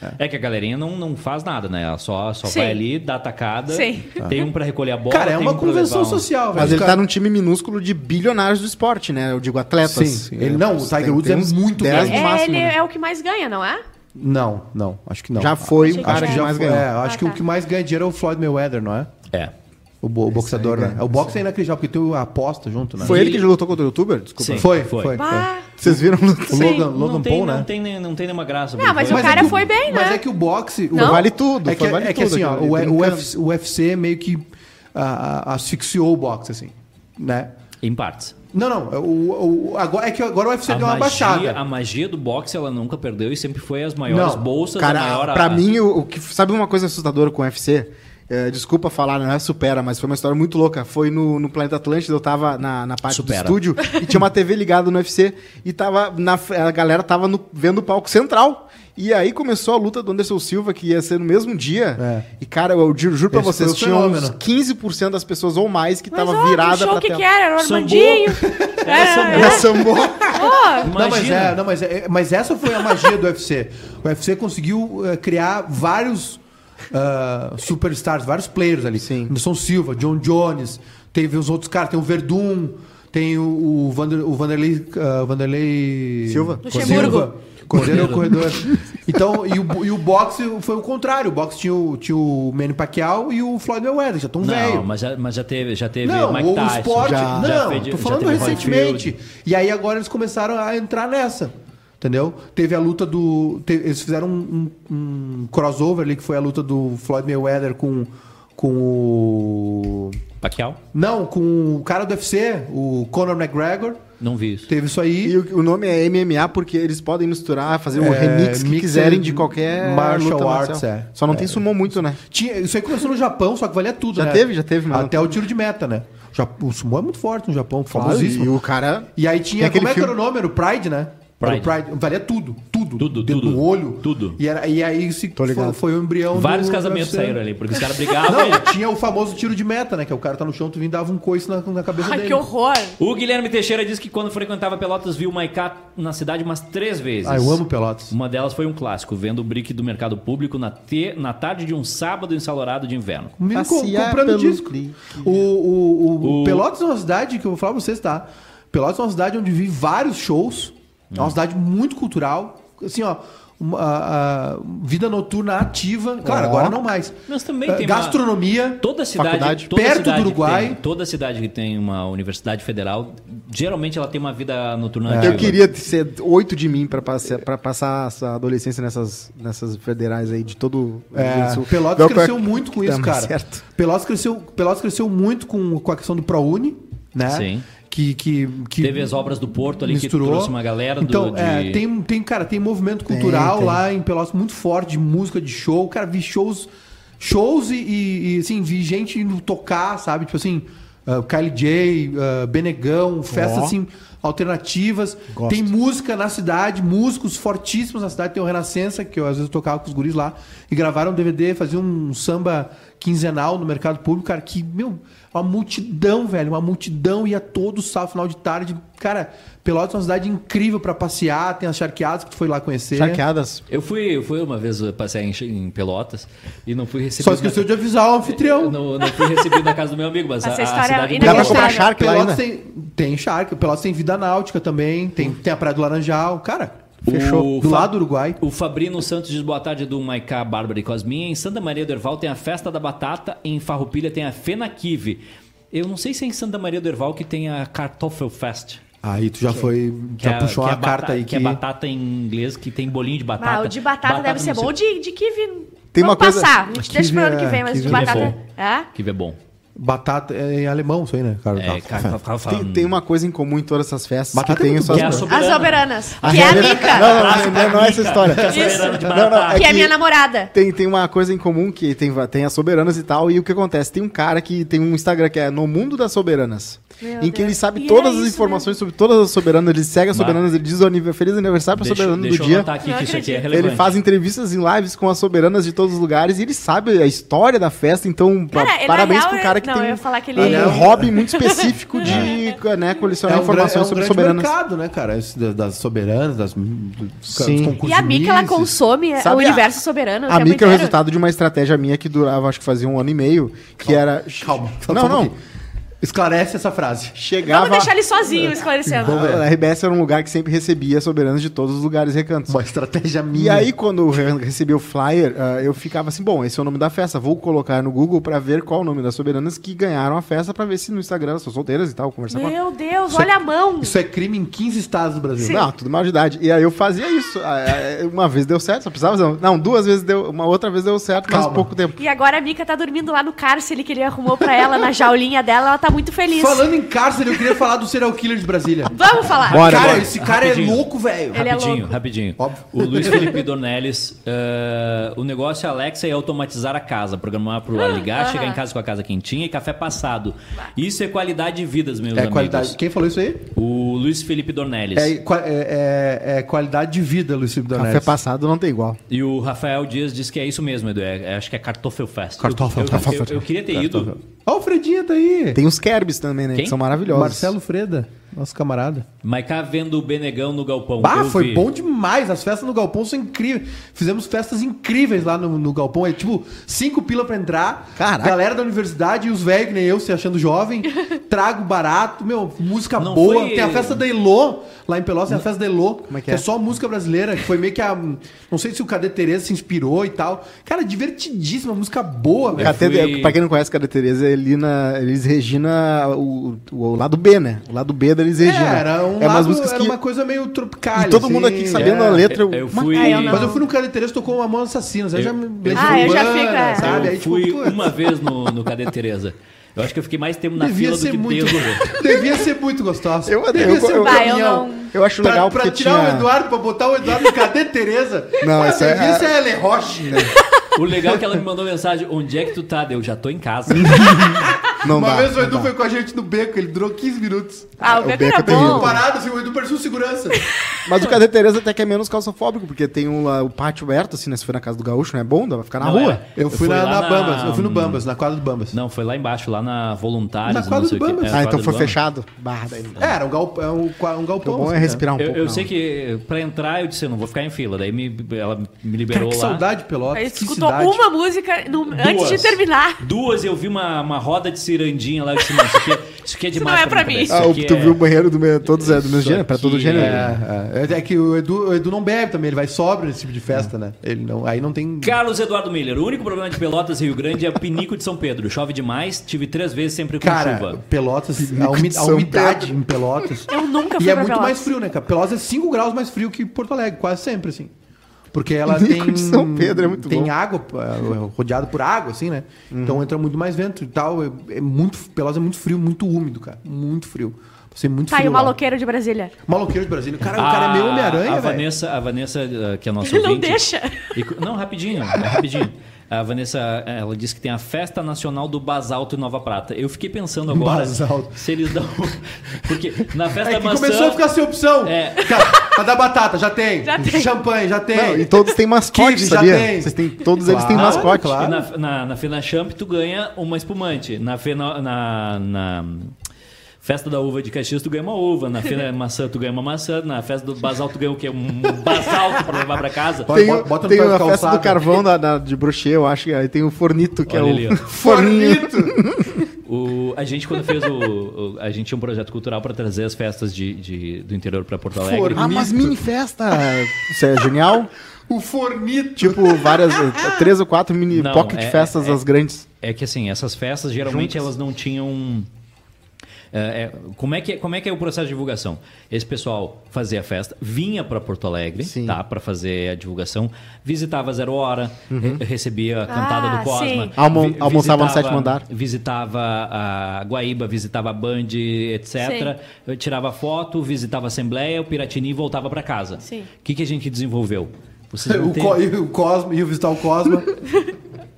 É, é, é. É que a galerinha não, não faz nada, né? Ela só, só Sim. vai ali, dá tacada. Sim. Tem um pra recolher a bola. Cara, é tem uma um pra convenção levar um- social, velho. Mas ele Cara- tá num time minúsculo de bilionários do esporte, né? Eu digo atletas. Sim, sim. Ele- É, não, o tem- Tiger tem Woods é uns muito 10 grande. no É, máximo, ele né? é o que mais ganha, não é? Não, não, acho que não. Já foi um Acho cara que que já mais foi, ganhou. é, acho Ah, que o tá. que mais ganha dinheiro é o Floyd Mayweather, não é? É. O, bo- o boxeador, aí, né? cara. O boxe é inacreditável, porque tem a aposta junto, é- né? Foi ele que lutou contra o youtuber? Desculpa. Sim. Foi, Foi. foi. foi. Bah. Vocês viram? O Sim, Logan, Logan não tem, Paul, não né? tem nem- não tem nenhuma graça. Não, mas Foi- o cara que foi bem, Mas né? é que o boxe... o- Não? Vale tudo. É que, foi vale é que tudo assim, ó, aquilo o, ali, o brincando. UFC, o UFC meio que ah, ah, asfixiou o boxe, assim, né? Em partes. Não, não, o, o- agora, é que agora o UFC deu uma baixada. a magia do boxe ela nunca perdeu e sempre foi as maiores Não, bolsas, a maior Cara, a- pra mim, o, o que, sabe uma coisa assustadora com o UFC? É, desculpa falar, não é supera, mas foi uma história muito louca. Foi no, no Planeta Atlântida, eu tava na, na parte Supera. do estúdio e tinha uma TV ligada no UFC e tava na, fr- a galera tava no- vendo o palco central. E aí começou a luta do Anderson Silva, que ia ser no mesmo dia. É. E, cara, eu juro, juro pra Esse vocês, foi o tinha uns fenômeno. 15% das pessoas ou mais que Mas, tava ó, virada o show pra que tela. que era? Era o Sambô. Armandinho. É. Era Era sambô. Pô, Não, mas, Imagina. é, não mas, é- mas essa foi a magia do UFC. O UFC conseguiu eh, criar vários ah, superstars, vários players ali. Sim. Anderson Silva, John Jones, teve os outros caras, tem o Verdun, tem o, o, Vander- o Vanderlei, ah, Vanderlei... Silva. Luxemburgo. Cordeiro é o corredor. Então, e o, e o boxe foi o contrário. O boxe tinha o, tinha o Manny Pacquiao e o Floyd Mayweather, já tão Não, velho. mas já, mas já teve, já teve Não, Mike o Tyson. esporte. já- não, fez- tô falando teve Holyfield. recentemente. E aí agora eles começaram a entrar nessa. Entendeu? Teve a luta do. te- eles fizeram um, um- um crossover ali, que foi a luta do Floyd Mayweather com. Com o. Pacquiao? Não, com o cara do UFC, o Conor McGregor. Não vi isso. Teve isso aí. E o, o nome é MMA porque eles podem misturar, fazer um É, remix que mix quiserem de qualquer martial arts, marcial. é. Só não tem sumou muito, né? Tinha- isso aí começou no Japão, só que valia tudo, Já né? teve, já teve, mas- Até o tiro de meta, né? O Jap- O sumo é muito forte no Japão, E famosíssimo. o cara. E aí tinha. Tem aquele Como é que era o filme- nome? Era o Pride, né? Era o Pride. Pride. Valia tudo, tudo. Tudo, Dedo tudo. no olho. Tudo. E, era, e aí se Tô ligado. foi, foi o embrião do Vários casamentos UFC. saíram ali, é. porque os caras brigavam. Então, Não, e- tinha o famoso tiro de meta, né? Que o cara tá no chão, tu vinha e dava um coice na, na cabeça Ai, dele. que horror. O Guilherme Teixeira disse que quando frequentava Pelotas viu o Maiká na cidade umas três vezes. Ah, eu amo Pelotas. Uma delas foi um clássico, vendo o brick do mercado público na, te- na tarde de um sábado ensolarado de inverno. Menino co- Passear comprando pelo disco. clique. O, o- o- O- Pelotas é uma cidade que eu vou falar pra vocês, tá? Pelotas é uma cidade onde vi vários shows. É Hum. uma cidade muito cultural. Assim, ó. uma- a- a vida noturna ativa. Claro, Ó. agora não mais. Mas também Ah, tem uma- Gastronomia. Toda cidade, Faculdade. toda Perto cidade do que Uruguai. tem- toda cidade que tem uma universidade federal, geralmente ela tem uma vida É. noturna ativa. Eu queria ser oito de mim pra, passe- pra passar essa adolescência nessas, nessas federais aí de todo o Rio Grande do É, Sul. Pelotas Então, cresceu pra- muito com tá isso, mais cara. certo. Pelotas cresceu, Pelotas cresceu muito com, com a questão do ProUni, né? Sim. Que, que, que Teve as obras do Porto ali misturou. que trouxe uma galera do, Então, de- é, tem, tem, cara, tem movimento cultural tem. lá em Pelotas muito forte de música, de show. Cara, vi shows, shows e, e, e, assim, vi gente indo tocar, sabe? Tipo assim, ah, Kylie J, ah, Benegão, festas Ó. assim, alternativas. Gosto. Tem música na cidade, músicos fortíssimos na cidade. Tem o Renascença, que eu às vezes tocava com os guris lá, e gravaram um DVD, faziam um samba quinzenal no mercado público, cara, que, meu, uma multidão, velho, uma multidão ia todo sábado, final de tarde. Cara, Pelotas é uma cidade incrível pra passear, tem as charqueadas que tu foi lá conhecer. Charqueadas. Eu fui, eu fui uma vez passear em, em Pelotas e não fui recebido. Só esqueceu de avisar o anfitrião. Eu Não, não fui recebido na casa do meu amigo, mas a, Essa a história cidade é Dá pra Pelotas- comprar charque lá ainda? Pelotas tem, tem charque, Pelotas tem vida náutica também, tem, tem a Praia do Laranjal. Cara, Fechou. do Fa- lado do Uruguai. O Fabrino Santos diz boa tarde do Maiká, Bárbara e Cosminha. Em Santa Maria do Herval tem a Festa da Batata, em Farroupilha tem a Fenaquive. Eu não sei se é em Santa Maria do Herval que tem a Kartoffelfest. Aí tu já foi, que já é- puxou que uma é carta batata- aí Que é batata em inglês, que tem bolinho de batata. Ah, o de batata, deve ser não bom. O sei- de, de kiwi. Tem uma Vamos coisa- passar. A gente kiwi deixa pro ano é- que vem, mas de kiwi é batata. bom. É? Kiwi é bom. Batata é em alemão isso aí, né? Cara, É, cara, eu ficava Tem, falando- tem uma coisa em comum em todas essas festas. Batata que tem é muito suas- boa. Que é a sob- As Soberana. soberanas. que é a Mica. Não, não, não, não, não é essa história. Soberana de Não, não, batata. é que é que- minha namorada. Tem, tem uma coisa em comum que tem, va- tem as soberanas e tal, e o que acontece? Tem um cara que tem um Instagram que é No Mundo das Soberanas, Meu em que ele Deus. sabe E todas era as isso né? informações sobre todas as soberanas, ele segue as Bah. soberanas, ele diz o anive- feliz aniversário pra Deixa, soberana do deixa eu dia. anotar aqui Não que isso aqui é acredito. relevante. Ele faz entrevistas em lives com as soberanas de todos os lugares e ele sabe a história da festa, então pa- Cara, ele, parabéns na pro real, cara que não, tem eu ia falar que ele- um Ele é um- hobby muito específico de né, colecionar É um, gran- é informações um sobre grande soberanas. mercado, né, cara? Esse da- das soberanas, das Sim. E a Mica, ela consegue. consome Sabe o a- universo soberano. o A tempo Mica é o inteiro. resultado de uma estratégia minha que durava, acho que fazia um ano e meio, que era. calma, não, calma não. aqui. Esclarece essa frase. Chegava. Vamos deixar ele sozinho esclarecendo. Vamos ver. A RBS era um lugar que sempre recebia soberanos de todos os lugares e recantos. Uma estratégia minha. E aí, quando eu re- recebi o flyer, ah, eu ficava assim, bom, esse é o nome da festa, vou colocar no Google pra ver qual o nome das soberanas que ganharam a festa, pra ver se no Instagram elas são solteiras e tal, conversar com Meu Deus, olha a mão. Isso é crime em 15 estados do Brasil. Não, Ah, tudo mal de idade. E aí eu fazia isso. Ah, ah, Uma vez deu certo, só precisava fazer. um- Não, duas vezes deu. Uma outra vez deu certo, mas Calma. pouco tempo. E agora a Mika tá dormindo lá no cárcere que ele arrumou pra ela, na jaulinha dela, ela tá muito feliz. Falando em cárcere, eu queria falar do serial killer de Brasília. Vamos falar. Bora. cara, esse cara é Rapidinho. louco, velho. Ele é rapidinho, louco. rapidinho. Óbvio. O Luiz Felipe Dornelles, eh, o negócio é a Alexa e automatizar a casa, programar pro ligar, Ah, aham. chegar em casa com a casa quentinha e café passado. Isso é qualidade de vidas, meus É amigos. qualidade. Quem falou isso aí? O Luiz Felipe Dornelles. É, qua- é- é- é qualidade de vida, Luiz Felipe Café Donelis. passado não tem igual. E o Rafael Dias disse que é isso mesmo, Edu. é- é- acho que é Kartoffelfest. Kartoffel. Eu, eu, eu, eu queria ter ido, Ó, o Fredinha tá aí. Tem os Kerbs também, né? Quem? Que são maravilhosos. Marcelo Freda, nosso camarada. mas cá vendo o Benegão no galpão. Bah, eu foi vi. bom demais. As festas no Galpão são incríveis. Fizemos festas incríveis lá no, no Galpão. É tipo, cinco pila pra entrar. Caraca. Galera da universidade e os velhos, que nem eu, se achando jovem. Trago barato, meu, música Não boa. foi- Tem a festa da Elô, lá em Pelotas, tem a festa da Elô. Como é que é? só música brasileira, que foi meio que a... Não sei se o Cadê Tereza se inspirou e tal. Cara, divertidíssima, música boa, velho. Cadê, fui- Pra quem não conhece Cadê Tereza, é ali na Elis Regina, o, o, o lado B, né? O lado B da Elis É, Regina. era, um é umas lado- músicas era que. uma coisa meio tropical. E todo mundo aqui sabendo é. a letra. Eu fui- Mas- Ah, eu Mas eu não. fui no Cadê Tereza, tocou uma mão assassina. Você já me Ah, eu já Urbana, fico, é. sabe? Aí, Eu tipo, fui pô, uma vez no, no Cadê Tereza. Eu acho que eu fiquei mais tempo na devia fila do ser que muito, dentro. velho. devia ser muito gostosa. Eu odeio. devia Eu- eu- Vai, eu caminhão. não. Eu acho Pra, legal pra porque tirar tinha- o Eduardo, pra botar o Eduardo no Cadê Tereza. Não, Ah, essa é- devia ser a Ellen Roche, né? O legal é que ela me mandou mensagem: onde é que tu tá? Daí Eu já tô em casa. Não Uma dá, vez o não Edu dá. foi com a gente no beco, ele durou 15 minutos. Ah, o O Beco Beco era é terrível. bom. Parado, assim, o Edu parecia um segurança. Mas o Cadê Tereza até que é menos calçofóbico, porque tem o, lá, o pátio aberto, assim, né? Se for na casa do gaúcho, não é bom, dá pra ficar na Não, rua. é. Eu fui, na, lá na Bambas, eu fui no hum, Bambas, na quadra do Bambas. Não, foi lá embaixo, lá na Voluntários. Na quadra não sei do o quê. Bambas. É, Ah, quadra então do foi Bambas. fechado. Barra daí. não dá. É, era um galpão, é um, qua- um O galpão. bom é assim, né? respirar um Eu, pouco. eu não. sei que pra entrar eu disse, eu não vou ficar em fila. Daí me, ela me Cara, liberou que lá. saudade, Pelotas. Ele é que escutou cidade. uma música no- antes de terminar. Duas eu vi uma, uma roda de cirandinha lá. Eu disse, não, isso aqui, é- isso aqui é demais. não é pra mim. cabeça, Ah, isso o- aqui tu é- viu o banheiro do meu, todos é do mesmo Isso gênero? Pra todo aqui gênero. É, é, é que o Edu, o Edu não bebe também, ele vai sóbrio nesse tipo de festa, É. né? Ele não, aí não tem. Carlos Eduardo Miller, o único problema de Pelotas e Rio Grande é o pinico de São Pedro. Chove demais, tive três vezes sempre com Cara, chuva. Pelotas, a, umi- de a São umidade em Pelotas. Eu nunca fui E é pra muito Pelotas. mais frio, né, cara? Pelotas é 5 graus mais frio que Porto Alegre, quase sempre, assim. Porque ela tem. de São Pedro é muito Tem bom. Uhum. água, é, rodeado por água, assim, né? Então entra muito mais vento e tal. É, é muito, Pelotas é muito frio, muito úmido, cara. Muito frio. Você muito Tá, e frio. o lá. maloqueiro de Brasília. Maloqueiro de Brasília. Cara, o cara é meio Ah, A Homem-Aranha, velho. Vanessa, a Vanessa, eh, que é a nossa Ele não ouvinte, deixa. e co- não, rapidinho, é rapidinho. A Vanessa, ela disse que tem a Festa Nacional do Basalto em Nova Prata. Eu fiquei pensando agora Basalto. se eles dão... Porque na Festa É da que Maçã... começou a ficar sem opção. É. Cara, a da batata, já tem. Já tem. Champanhe, já tem. Não, e todos têm mascote, Kids É. já sabia? tem. Vocês têm, todos eles têm Claro, mascote. claro. E na, na, na Fenachamp tu ganha uma espumante. Na, Fena, na, na Festa da Uva de Caxias tu ganha uma uva. Na Fena Maçã tu ganha uma maçã. Na Festa do Basalto tu ganha o quê? Um basalto pra levar pra casa. Olha, Tem, bota- bota no tem papel a festa calçado. do carvão da, da- de Bruxê, eu acho que aí tem o fornito, que Olha é ali, o ó. forninho. O, a gente quando fez o, o- A gente tinha um projeto cultural pra trazer as festas de, de- do interior pra Porto Alegre. Forno. Ah, mas mini festa. Isso é genial. O fornito. Tipo, várias, três ou quatro mini Não, pocket é- festas, é- as grandes. É que assim, essas festas geralmente elas não tinham. é, é, como, é que, como é que é o processo de divulgação? Esse pessoal fazia a festa, vinha para Porto Alegre, Sim. tá? Para fazer a divulgação, visitava Zero Hora, eh, recebia a cantada Ah, do Cosma, sim. Uhum. Almo- vi- almoçava visitava- no sétimo andar. Visitava a Guaíba, visitava a Band, etc. Eu Tirava foto, visitava a Assembleia, o Piratini e voltava para casa. Sim. O que, que a gente desenvolveu? Vocês não O, têm- co e o Cosmo, ia visitar o Cosmo.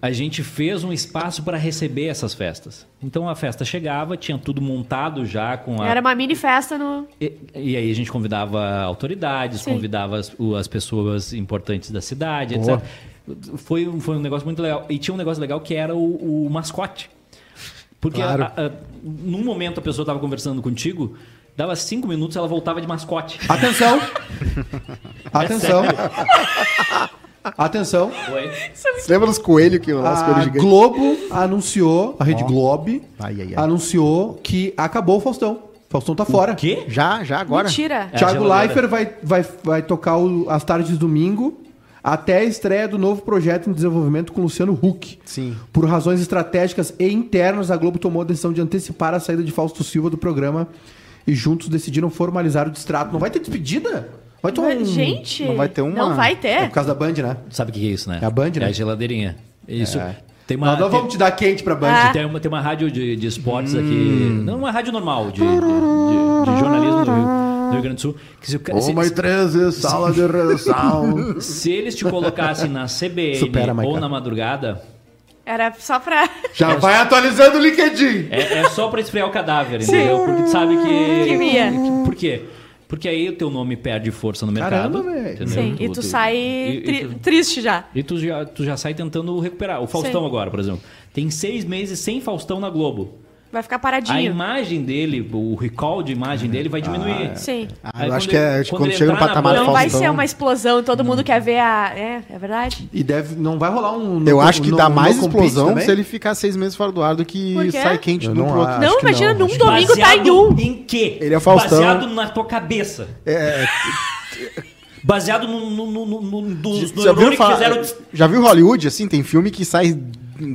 a gente fez um espaço para receber essas festas. Então a festa chegava, tinha tudo montado já com a. Era uma mini festa no... E, e aí a gente convidava autoridades, Sim. convidava as, o- as pessoas importantes da cidade, Boa. etc. Foi, um- foi um negócio muito legal. E tinha um negócio legal que era o, o mascote. Porque Claro. a- a- num momento a pessoa estava conversando contigo, dava cinco minutos ela voltava de mascote. Atenção! Atenção! Atenção. Oi. Você lembra dos coelhos que os A coelhos gigantes? Globo anunciou, a Rede Globo Ai, ai, ai. anunciou que acabou o Faustão. Faustão tá fora. Quê? Já, já, agora. Mentira. É, Thiago geladeira. Leifert vai, vai, vai tocar o- as tardes de domingo até a estreia do novo projeto em desenvolvimento com Luciano Huck. Sim. Por razões estratégicas e internas, a Globo tomou a decisão de antecipar a saída de Fausto Silva do programa e juntos decidiram formalizar o distrato. Não vai ter despedida? Vai ter um... Gente. não vai ter uma- Não vai É ter. por causa da Band, né? Sabe o que que é isso, né? É a Band, né? É. É a geladeirinha. Isso. Tem uma, Nós não tem- vamos te dar quente pra Band. Ah. Tem uma, tem uma rádio de, de esportes Hum. aqui. Não, uma rádio normal, de, de- de- de jornalismo do Rio, do Rio Grande do Sul. Que se, o ca- se, 13, sala de redação. se eles te colocassem na CBN Supera, Maica. ou na madrugada, Era só pra. Já vai atualizando o LinkedIn. é, é só pra esfriar o cadáver, entendeu? Porque tu sabe que. Que vinha. que- Por quê? Porque aí o teu nome perde força no Caramba, mercado. velho. entendeu? Sim. E tu sai e- tri- e tu- triste já. E tu já, tu já sai tentando recuperar. O Faustão Sim. agora, por exemplo. Tem seis meses sem Faustão na Globo. Vai ficar A paradinho. imagem dele, o recall de imagem dele vai diminuir. Sim. Ah, Aí eu acho quando que ele- é, acho que quando quando ele chega no entrar na patamar um. bola, do Não vai Faustão- ser uma explosão e todo mundo quer ver a. É, é verdade? E deve, não vai rolar um. Eu acho que no- dá no mais compete explosão também? se ele ficar seis meses fora do ar do que Por quê? sai quente Eu de um não pro outro. acho. não, que imagina não, num acho domingo tá em um. Em quê? Ele é Faustão. Baseado na tua cabeça. É, Baseado no, no, no, no, no- dos Já neurônios viu, que fa- fizeram. já viu Hollywood, assim? Tem filme que sai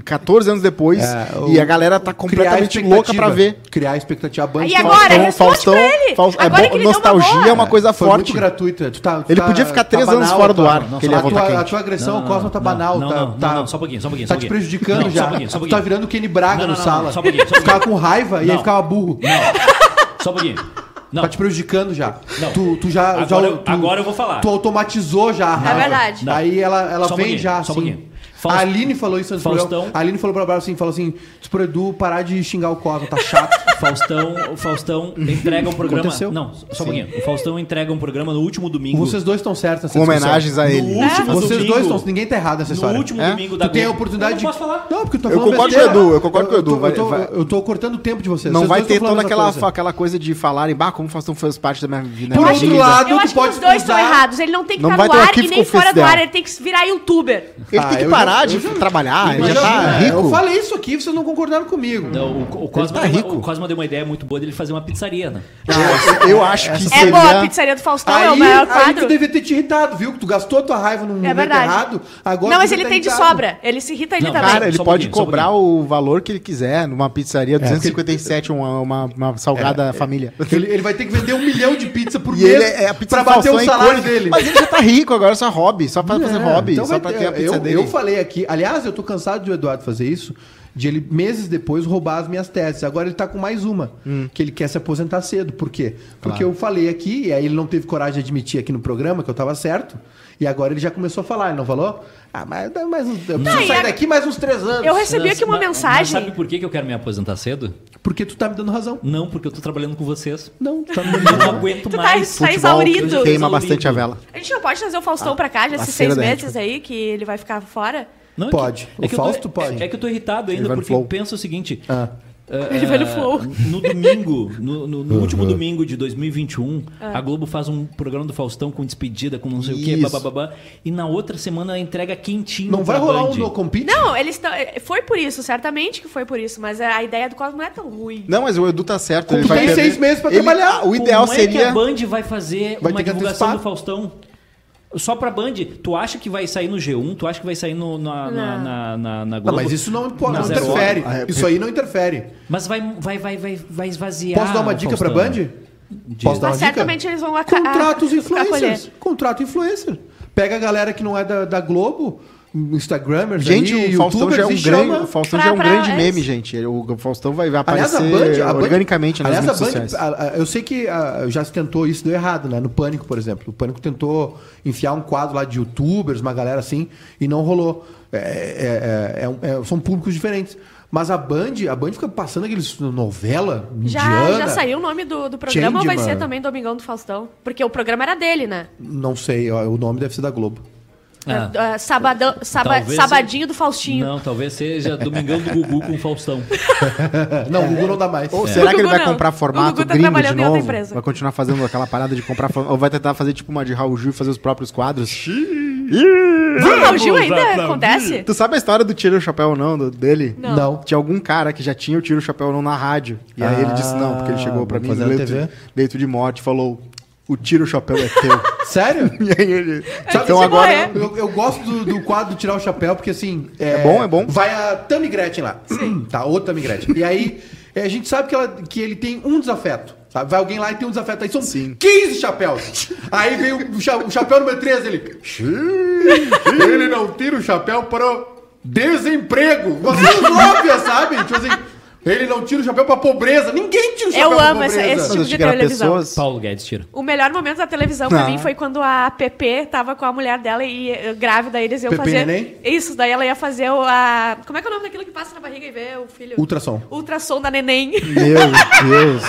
14 anos depois É, o- e a galera criar tá completamente expectativa. louca pra ver. Criar expectativa. A Band Aí foi- agora? responde pra ele. Faustão- Agora é que ele bom, deu uma nostalgia boa. é uma coisa foi forte. muito gratuita. Tu tá- tu Ele tá- podia ficar tá três anos banal, fora do tá- ar, Não, que ele a ia voltar tua- quente. A tua agressão Não, ao não, Cosmo tá não, banal. não, tá- não, não, tá- não, só um pouquinho, só um pouquinho, Tá só um te pouquinho. prejudicando Não, já. só um pouquinho, só um Tu tá pouquinho. virando o Kenny Braga Não, no não, não, sala. só um pouquinho, só um Tu ficava com raiva e aí Não. ficava burro. Só um pouquinho. Não, Tá te prejudicando já. Não. Tu, tu já. Agora já- eu- tu- agora eu vou falar. Tu automatizou já a raiva. verdade. Não. Aí ela, ela Só um vem pouquinho, já. só um assim. pouquinho. Faust- A Aline falou isso antes do Faustão- programa. A Aline falou pra Bárbara assim: falou assim, diz pro Edu parar de xingar o Cosmo, tá chato. Faustão, o Faustão entrega um programa. Aconteceu. Não, só um pouquinho. O Faustão entrega um programa no último domingo. Vocês dois estão certos nessa Com discussão. homenagens a ele. No último Vocês domingo. dois estão. Ninguém tá errado nessa No história. último É? domingo da Tu tem a Globo. oportunidade Eu não posso falar. Não, porque tu tá Eu falando concordo com o besteira. Edu, eu concordo com o Edu, tô- vai- eu, tô, vai- eu tô cortando o tempo de vocês. Não Vocês vai dois ter estão falando toda a mesma aquela, coisa. aquela coisa de falarem, bah, como Faustão fez parte da minha vida. Por minha outro vida." lado, Eu tu acho que pode os dois estão usar- errados. Ele não tem que Não estar vai no ter o ar arquivo e nem fora do confidencial. ar. Ele tem que virar youtuber. Ele Ah, tem eu que já- parar eu de já- trabalhar, ele Mas já tá eu- Eu rico. falei isso aqui, vocês não concordaram comigo. Não, o, o, Cosma tá deu uma- rico. o Cosma deu uma ideia muito boa dele fazer uma pizzaria, né? Eu, eu acho que É boa, a seria... pizzaria do Faustão Aí, é o maior aí tu quadro. devia ter te irritado, viu? Que tu gastou tua raiva num É momento verdade. errado. Agora não, tu mas já ele tá tem de irritado. sobra. Ele se irrita ele Não, também. Cara, ele Só um pode pouquinho, só um cobrar o valor que ele quiser numa É, pizzaria, 257, uma, um, uma, uma salgada família. Ele, ele vai ter que vender um milhão de pizza por E mês ele é a pizza pra do bater o Faustão é salário icônica. dele. Mas ele já tá rico agora, só hobby, só pra fazer É, hobby, então só vai pra ter- ter a pizza eu, dele. eu falei aqui, aliás, eu tô cansado de o Eduardo fazer isso, de ele meses depois roubar as minhas teses. Agora ele tá com mais uma, que ele quer se aposentar cedo. Por quê? Porque eu falei aqui, e aí ele não teve coragem de admitir aqui no programa que eu tava certo, e agora ele já começou a falar, ele não falou? Ah, mas dá mais uns, eu preciso e sair a- daqui mais uns três anos. Eu recebi aqui uma Mas- Mas mensagem. sabe por que que eu quero me aposentar cedo? Porque tu tá me dando razão. Não, porque eu tô trabalhando com vocês. Não, tu tá me dando Eu não razão. aguento Tu tá mais. Tá exaurido. queima Exaurido. bastante a vela. A gente não pode trazer o Faustão Ah, pra cá já esses laceira seis da meses aí que ele vai ficar fora? Não, é Pode. que- é O que eu Fausto tô, pode. É, é que eu tô irritado ainda, vai no porque flow. pensa o seguinte. Ah. ah, Ele vai no ah, flow. No domingo, no, no- no último domingo de 2021, Ah. a Globo faz um programa do Faustão com despedida, com não sei o quê, Isso. bababá. E na outra semana ela entrega quentinho. Não vai pra rolar um Band. no compete? Não, eles estão. Foi por isso, certamente que foi por isso, mas a ideia do Cosmo não é tão ruim. Não, mas o Edu tá certo. Tu tem perder- seis meses pra ele- trabalhar. um O ideal Como é que seria... a Band vai fazer Vai uma ter que divulgação antecipar? do Faustão? Só pra Band? Tu acha que vai sair no G1? Tu acha que vai sair no, na, na, Não. na, na- na Não, Globo? Ah, mas isso não, importa, Na não Zero interfere. Hora. Ah, é- Isso aí não interfere. Mas vai, vai, vai, vai, vai esvaziar. Posso dar uma o dica pra Faustão. Band? Diz. Posso dar uma Ah, mas dica? certamente eles vão aca- Contrata os Tá, a- acolher. influencers. Contrata influencer. Pega a galera que não é da, da Globo, Instagramers, Gente, aí, o Faustão já é youtubers, um e grande, chama. o Faustão Pra- já é um pra- grande é meme, isso. gente. O Faustão vai, vai Aliás, aparecer a Band, a Band- organicamente né, nas aliás, redes a Band- sociais. a- a- eu sei que ah, já se tentou isso, deu errado, né? No Pânico, por exemplo. O Pânico tentou enfiar um quadro lá de youtubers, uma galera assim, e não rolou. É, é, é, é um- é, são públicos diferentes. Mas a Band, a Band fica passando aqueles novela Já, indiana. já saiu o nome do, do programa ou vai Changeman. ser também Domingão do Faustão? Porque o programa era dele, né? Não sei, ó, o nome deve ser da Globo. Ah. É, é, sabadão, saba- Talvez- sabadinho do Faustinho. Não, talvez seja Domingão do Gugu com o Faustão. É, Não, o Google não dá mais. É. É. Ou será O que ele Gugu vai não. comprar O formato Gugu tá gringo de trabalhando em outra novo? empresa. Vai continuar fazendo aquela parada de comprar formato? Ou vai tentar fazer tipo uma de Raul Gil e fazer os próprios quadros? Não, o Gil ainda acontece? Tu sabe a história do tira o chapéu ou não, do- dele? Não. Não. Tinha algum cara que já tinha o tira o chapéu ou não na rádio. E aí ele disse não, porque ele chegou pra Ah, mim fazer no na leito, TV? leito de morte e falou: o tira o chapéu é teu. Sério? e aí ele. de Então agora. morrer. Eu, eu gosto do, do quadro Tirar o Chapéu, porque assim. É bom, é bom. Vai a Tammy Gretchen lá. Sim. Tá, ou Tammy Gretchen. E aí, é, a gente sabe que, ela, que ele tem um desafeto. Sabe? Vai alguém lá e tem um desafeto. Aí são 15 chapéus. Aí vem o, cha- o chapéu número 3, ele. ele não tira o chapéu pro desemprego. Vocês óbvias, sabe? Tipo assim. Ele não tira o chapéu pra pobreza. Ninguém tira o chapéu Eu pra amo essa- pobreza. esse tipo eu de digo, era televisão. Paulo Guedes tira. O melhor momento da televisão pra Ah. mim foi quando a Pepe tava com a mulher dela e eh, grávida, e eles iam Pepe fazer. Neném? Isso, daí ela ia fazer o. A... Como é que é o nome daquilo que passa na barriga e vê o filho? Ultrassom. Ultrassom da neném. Meu Deus.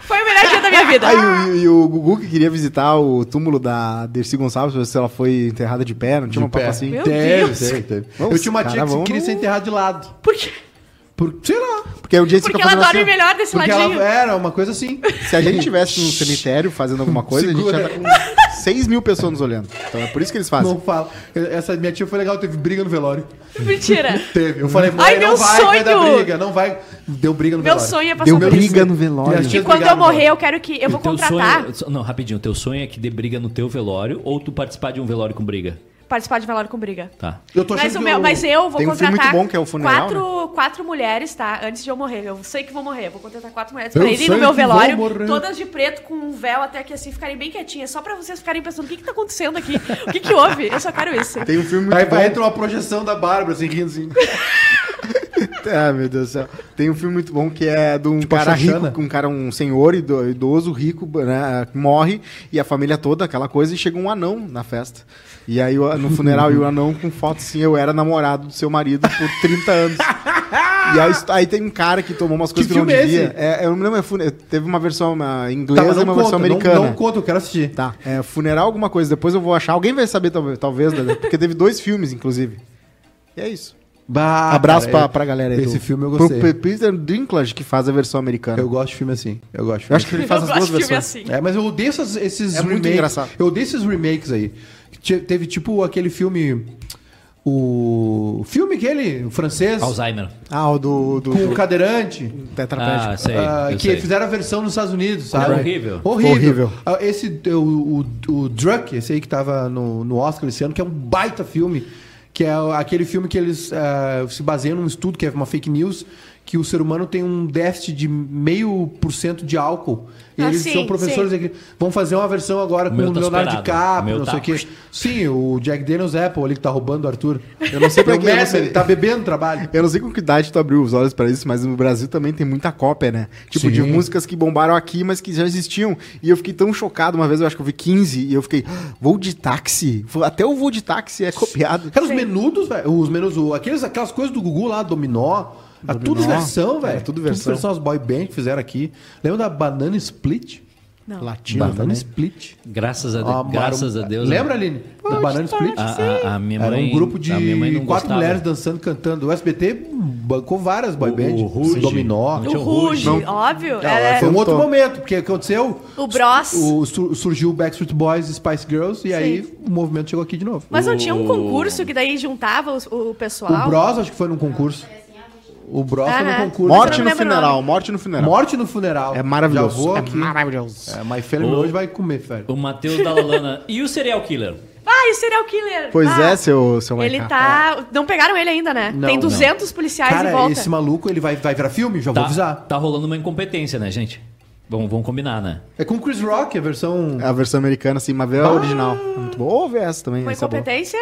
Foi o melhor dia da minha vida. Aí o, e o Gugu que queria visitar o túmulo da Dercy Gonçalves, pra ver se ela foi enterrada de pé, não tinha uma De pé. papo assim. Meu Teve, Deus. teve, teve. Nossa, eu tinha uma cara, tia que vamos queria no- ser enterrada de lado. Por quê? Por, sei lá. Porque o dia Porque ela dorme melhor desse Porque ladinho. ela era uma coisa assim. assim, Se a gente estivesse num cemitério fazendo alguma coisa, a Segura. gente já tá com 6 mil pessoas nos olhando. Então é por isso que eles fazem. Não fala. Essa minha tia foi legal, teve briga no velório. Mentira. Teve. Eu falei, Ai, "Vai, meu não vai, vai dar sonho! briga, não vai. Deu briga no Meu velório. sonho é passar Deu por isso. briga no E as velório. tias Quando eu brigaram no morrer, velório. eu quero que. Eu vou O teu contratar, sonho- é- não, rapidinho. O teu sonho é que dê briga no teu velório ou tu participar de um velório com briga. participar de velório com briga. Tá. Eu tô achando Mas, o que meu, eu- mas eu vou Tem um filme contratar muito bom que é o funeral, quatro, quatro mulheres, tá? Antes de eu morrer. Eu sei que vou morrer. Eu vou contratar quatro mulheres Eu pra irem no sei meu que vou velório. morrer. Todas de preto, com um véu até aqui assim, ficarem bem quietinhas. Só pra vocês ficarem pensando, o que que tá acontecendo aqui? O que que houve? Eu só quero isso. Tem um filme muito Aí bom. vai, entra uma projeção da Bárbara, assim, rindo assim. Ah, meu Deus do céu. Tem um filme muito bom que é de um Tipo a cara Xoxana. rico, um cara, um senhor ido- idoso, rico, né, morre, e a família toda, aquela coisa, e chega um anão na festa. E aí o- no funeral, e o anão com foto assim, eu era namorado do seu marido por 30 anos. E aí, aí tem um cara que tomou umas coisas que, filme não é devia. esse? É, eu não lembro, é fune- teve uma versão uma Tá, inglesa mas e uma versão americana. Não, não conta, eu quero assistir. Tá, é funeral alguma coisa, depois eu vou achar. Alguém vai saber, talvez, talvez Dedé, porque teve dois filmes, inclusive. E é isso. Bah, Abraço Ah, cara, é pra, pra galera aí. Esse do- filme eu gostei. Pro Pe- Peter Dinklage, que faz a versão americana. Eu gosto de filme assim. Eu gosto de Eu filme acho que ele faz eu as duas gosto de filme versões. assim. É, mas eu odeio essas- esses É muito remakes. engraçado. Eu odeio esses remakes aí. Te- Teve tipo aquele filme. O filme aquele, o francês, Alzheimer. Ah, o do, do, com o do cadeirante. tetraplégico. Ah, sei. Ah, eu que sei. fizeram a versão nos Estados Unidos, sabe? horrível. Horrível. Horrível. Ah, Esse, o, o, o Drunk, esse aí que tava no, no Oscar esse ano, que é um baita filme, que é aquele filme que eles ah, se baseiam num estudo, que é uma fake news, que o ser humano tem um déficit de meio por cento de álcool. E Ah, eles sim, são professores aqui. Vão fazer uma versão agora O com meu o tá Leonardo superado. O DiCaprio, meu não sei tá. o quê. Sim, o Jack Daniels Apple ali que tá roubando o Arthur. Eu não sei pra o que- eu não Messi, sei- ele tá bebendo trabalho. Eu não sei com que idade tu abriu os olhos pra isso, mas no Brasil também tem muita cópia, né? Tipo, de Sim. músicas que bombaram aqui, mas que já existiam. E eu fiquei tão chocado, uma vez eu acho que eu vi 15, e eu fiquei, "Ah, vou de táxi? Até o voo de táxi é copiado. Cara, os menudos, velho. Os menus, o- aqueles, aquelas coisas do Gugu lá, dominó. É tudo versão, velho. É, tudo versão. as boy band que fizeram aqui. Lembra da Banana Split? Não. Latino banana também. Split. Graças a, de... Amaram- Graças a Deus. Ah, um- Lembra, né? Aline? Da Banana Split? A, a, a minha Era mãe, um grupo de a minha mãe não quatro gostava. mulheres dançando, cantando. O SBT bancou várias boy O- bands. o Ruge. Dominó. Não O tinha Ruge, Não. óbvio. é era- Foi um outro Cantou. momento, porque aconteceu... O Bros. o- sur- surgiu o Backstreet Boys e Spice Girls, e aí o movimento chegou aqui de novo. Mas não tinha um o- concurso que daí juntava os- o, pessoal? O Bros, acho que foi num concurso. O Bros foi num Aham. concurso. Morte Eu não no lembro o funeral, nome. morte no funeral. Morte no funeral. É maravilhoso. Já vou é aqui. maravilhoso. É, mas Fênix O- hoje vai comer, velho. O Matheus Dalalana. e o serial killer? Ah, e o serial killer! Pois Ah, é, seu, seu Ele Maiká. tá... Não pegaram ele ainda, né? Não, Tem não. 200 policiais em Cara, volta. esse maluco, ele vai, vai virar filme? Já vou Tá, avisar. tá rolando uma incompetência, né, gente? Vamos, vamos combinar, né? É com o Chris Rock, a tá- versão... A versão americana, assim, mas Ah! vê a original. É muito boa. Houve essa também. Uma essa é boa. incompetência?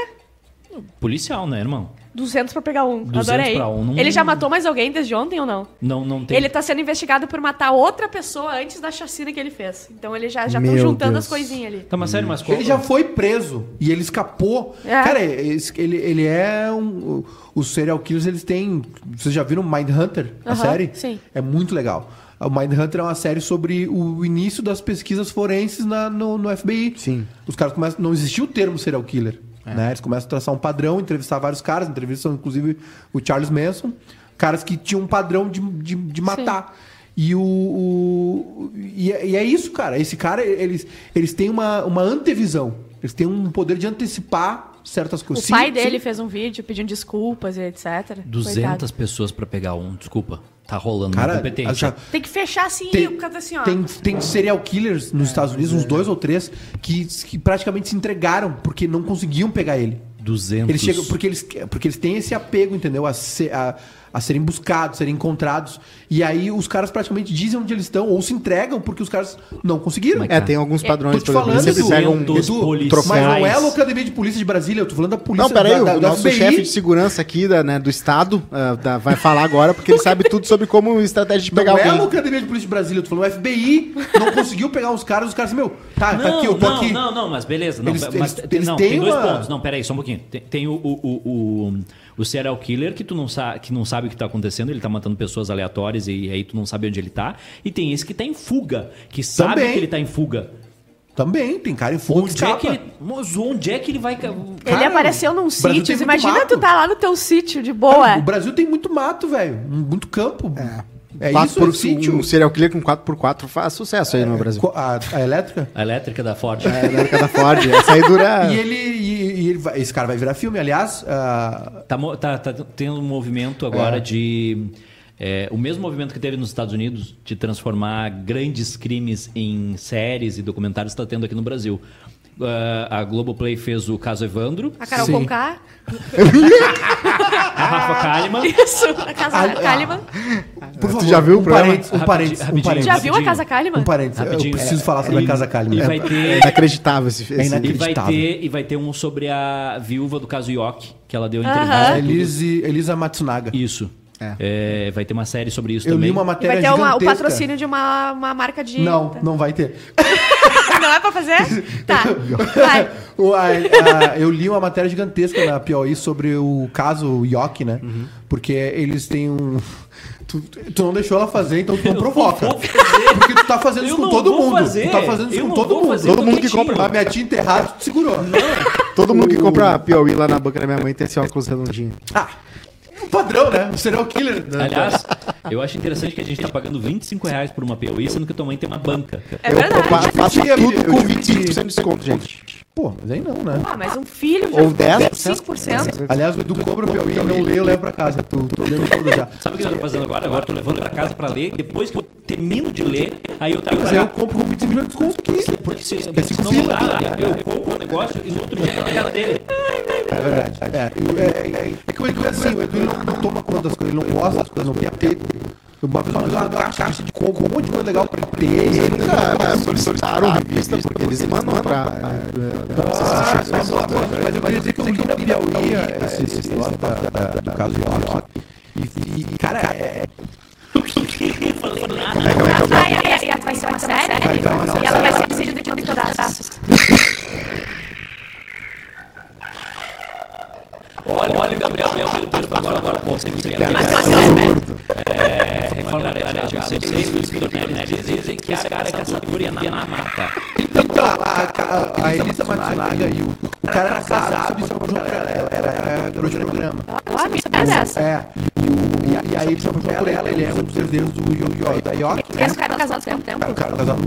Policial, né, irmão? 200 pra pegar um. 200 Adorei. pra um, não- Ele já matou mais alguém desde ontem ou não? Não, não tem. Ele tá sendo investigado por matar outra pessoa antes da chacina que ele fez. Então eles já estão Meu juntando Deus. as coisinhas ali. Tá, mas sério, mas qual- Ele já foi preso e ele escapou. É. Cara, esse- ele, ele é um. Os serial killers, eles têm. Vocês já viram Mindhunter, a Aham, série? sim. É muito legal. O Mindhunter é uma série sobre o início das pesquisas forenses na- no, no FBI. Sim. Os caras começam. Não existia o termo serial killer. Né? Eles começam a traçar um padrão, entrevistar vários caras, entrevistam inclusive o Charles Manson, caras que tinham um padrão de, de, de matar. E o. o- e, é, e é isso, cara. Esse cara, eles, eles têm uma, uma antevisão. Eles têm um poder de antecipar certas O coisas. Sim, pai sim. dele fez um vídeo pedindo desculpas e etc. 200 Coitado. pessoas pra pegar um, desculpa. Tá rolando, Cara, não é competente. já- Tem que fechar assim, Tem- por causa assim, ó. Tem, tem serial killers nos Estados Unidos, uns dois ou três, que, que praticamente se entregaram porque não conseguiam pegar ele. 200. Eles chegam porque eles, porque eles têm esse apego, entendeu? A, se- a, a serem buscados, serem encontrados. E aí os caras praticamente dizem onde eles estão ou se entregam porque os caras não conseguiram. Mas, É, tem alguns Tô padrões, te falando, eles sempre Edu, pegam Edu, eles policiais. Mas troféus. não é a Academia de Polícia de Brasília, eu tô falando da polícia Não, peraí, da, da, o da nosso FBI. chefe de segurança aqui da, né, do estado ah, da- vai falar agora, porque ele sabe tudo sobre como estratégia de Não pegar é a alguém. Academia de Polícia de Brasília, eu tô falando o FBI, não conseguiu pegar os caras, os caras, meu, tá, tá Não, aqui, eu tô não, aqui. não, não, mas beleza. Não, Eles- mas eles- tem- eles não, têm tem dois uma- pontos. Não, peraí, só um pouquinho. Tem, tem o, o, o, o- o serial killer que tu não, sa que não sabe o que tá acontecendo, ele tá matando pessoas aleatórias e, aí tu não sabe onde ele tá. E tem esse que tá em fuga, que sabe Também. que ele tá em fuga. Também, tem cara em fogo Onde de é capa. que ele. Moço, onde é que ele vai. ca- Ele Cara, apareceu o num Brasil tem sítio. muito Imagina mato. tu tá lá no teu sítio, de boa. O Brasil tem muito mato, velho, muito campo. É, Quatro isso, por- é sítio. É, Um serial killer com 4x4 faz sucesso aí no Brasil. Co- A, a elétrica? A elétrica da Ford. É, na época da Ford. Essa aí dura. E ele, e- e ele vai- esse cara vai virar filme, aliás, ah, Tá, mo- tá- tá tendo um movimento agora de. é, o mesmo movimento que teve nos Estados Unidos de transformar grandes crimes em séries e documentários está tendo aqui no Brasil. Ah, a Globoplay fez o caso Evandro, A Carol Sim. Conká. a Rafa Kalimann. Isso, a Casa Ah, Kalimann. por favor, já viu o um programa? parênteses, um Rapidi- parênteses, um rapidinho. parênteses. Já viu a rapidinho. Casa Kalimann? Um parênteses, eu Rapidinho, preciso é, falar sobre e- a Casa É. E Kalimann. vai ter. É Inacreditável esse, esse- E vai, É inacreditável. ter, e vai ter um sobre a viúva do caso York, que ela deu Aham. entrevista. A e tudo. Elise, Elisa Matsunaga. Isso. É, vai ter uma série sobre isso Eu também. li uma E matéria vai ter uma- o gigantesca. patrocínio de uma, uma marca de. Não, não vai ter. Não é pra fazer? Tá. Vai. Uai, ah, eu li uma matéria gigantesca na Piauí sobre o caso Yoki, né? Uhum. Porque eles têm um. Tu, tu não deixou ela fazer, então tu não provoca. vou fazer. Porque tu tá fazendo isso Eu com não todo vou mundo. fazer. Tu tá fazendo isso Eu com não todo vou mundo. fazer, Todo eu tô mundo que quietinho. compra A minha tia enterrada, tu segurou. Todo mundo que compra a Piauí lá na banca da minha mãe tem esse óculos redondinho. Ah, um padrão, né? Um serial killer. Aliás, eu acho interessante que a gente tá pagando 25 reais por uma POI, sendo que tua mãe tem uma banca. É Eu verdade. fa- faço Eu tudo com dividi. 25% de desconto, gente. Pô, mas aí não, né? Ah, mas um filho já Ou 10%. 5%. Aliás, o Edu cobra o Piauí, eu não leio, eu levo pra casa. Tu, tu leu tudo já. Sabe o que eu tô fazendo agora? Agora eu tô levando pra casa pra ler, depois que eu termino de ler, aí eu trago Mas pra aí eu cá. compro com 20 milhões de desconto. que isso? Porque se, se Esse não filho. dá, eu compro o negócio e no outro dia eu tô na casa dele. É verdade. É, eu- é, é, é que o Edu é assim, o Edu ele não, não toma conta das coisas, ele não gosta das coisas, não tem apego. Uma vez uma vez uma caixa de coco, um monte de coisa legal pra ele ter. e Ele nunca Ah, solicitaram revista porque eles mandam pra. Ah, mas eu adoro, mas eu queria dizer que eu li na Piauí é, esse esse negócio da- da- da- do caso de York. E, e, cara, é, Ai, ai, ai, ai, vai ser uma série? E ela vai ser decidida de pedaços. Olha, olha o Gabriel, meu Deus, depois eu agora, agora consegui pegar. É, falaram, olha, já sei, sei, os bilionários dizem que a cara que essa guria na mata. Então, a, a, a Elisa Matsunaga e o, o cara era casado, isso é uma jornada, ela ela era garota de programa. Ah, não sabia dessa. É, e, o, e, a- e aí ele chamou ela, ela, ele é um dos herdeiros do Yo- Yo- da York, E né? eles ficaram casados por um tempo. O cara casado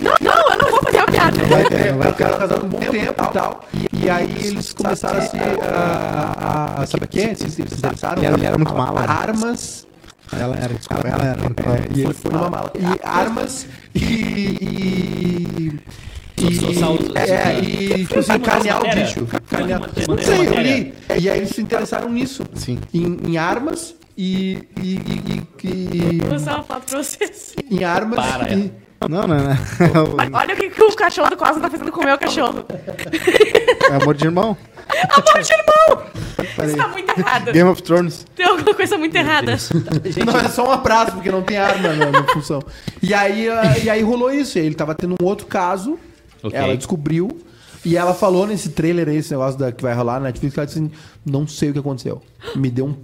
Não, não, eu não vou fazer uma piada. É, o cara casado um bom tempo e tal. E, e aí eles começaram a se. A, a, a, sabe o que? Eles eles começaram Ele era muito né? mala. Armas. É, então, Ela era, desculpa, ela era. E ele foi numa mala. E armas e. e... E, Só- só- só- é, e tipo assim, carnear o matéria. bicho. Carnear. Mandei uma Não sei, eu matéria. li. E aí eles se interessaram nisso. Sim. Em, em armas e. e, e, e- Vou só falar pra vocês. e- em armas Para. é. e. Não, não, não. Olha o que, que o cachorro do Costa tá fazendo com o meu cachorro. É amor de irmão. Amor de irmão! Peraí. Isso tá muito errado. Game of Thrones. Tem alguma coisa muito errada. Não, é só um abraço, porque não tem arma na, na função. E aí, ah, e aí rolou isso. E aí ele tava tendo um outro caso. Ok. Ela descobriu. E ela falou nesse trailer aí, esse negócio da, que vai rolar na Netflix, ela disse assim, não sei o que aconteceu. Me deu um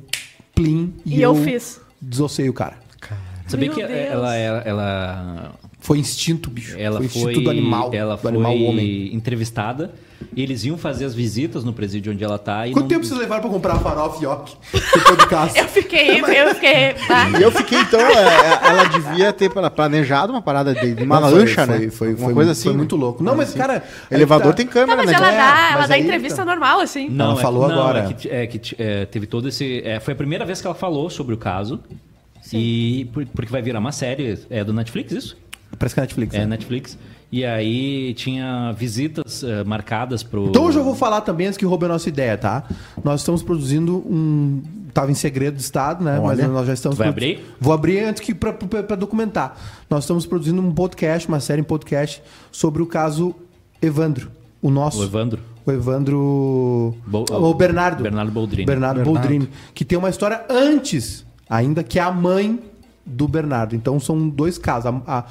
plim E eu fiz. Desossei o cara. Sabia Meu que Deus. ela, ela, ela Foi instinto, bicho. Ela foi foi, instinto do animal. ela do foi animal homem. entrevistada. E eles iam fazer as visitas no presídio onde ela tá. E Quanto não- tempo vocês levaram pra comprar farofa e ok? Depois do caso. Eu fiquei, eu é. fiquei. Ah, E eu fiquei, então, é, é, ela devia ter pla- planejado uma parada de, de uma Não, foi- lancha, foi- né? Foi, uma foi, coisa assim. Foi né? muito louco. Não, mas, cara. Elevador aí tem que tá. Não, câmera, mas né? ela então- dá, É, ela mas dá aí, entrevista tá. normal, assim. Não, Ela é- falou não, agora. É que, é que, é, teve todo esse. é, foi a primeira vez que ela falou sobre o caso. E por- porque vai virar uma série. É do Netflix isso? tá. Parece que é Netflix. É né? Netflix. E aí tinha visitas eh, marcadas pro. Então eu já vou falar também antes que roube a nossa ideia, tá? Nós estamos produzindo um. Tava em segredo do Estado, né? Olha. Mas nós já estamos. Tu vai produ- abrir? Vou abrir antes que pra, pra- pra documentar. Nós estamos produzindo um podcast, uma série em podcast, sobre o caso Evandro. O nosso. O Evandro. O Evandro. Ah, Bo- o Bernardo. Bernardo Boldrini. Bernardo, Bernardo. Boldrini. Que tem uma história antes, ainda, que é a mãe do Bernardo. Então são dois casos. A, a,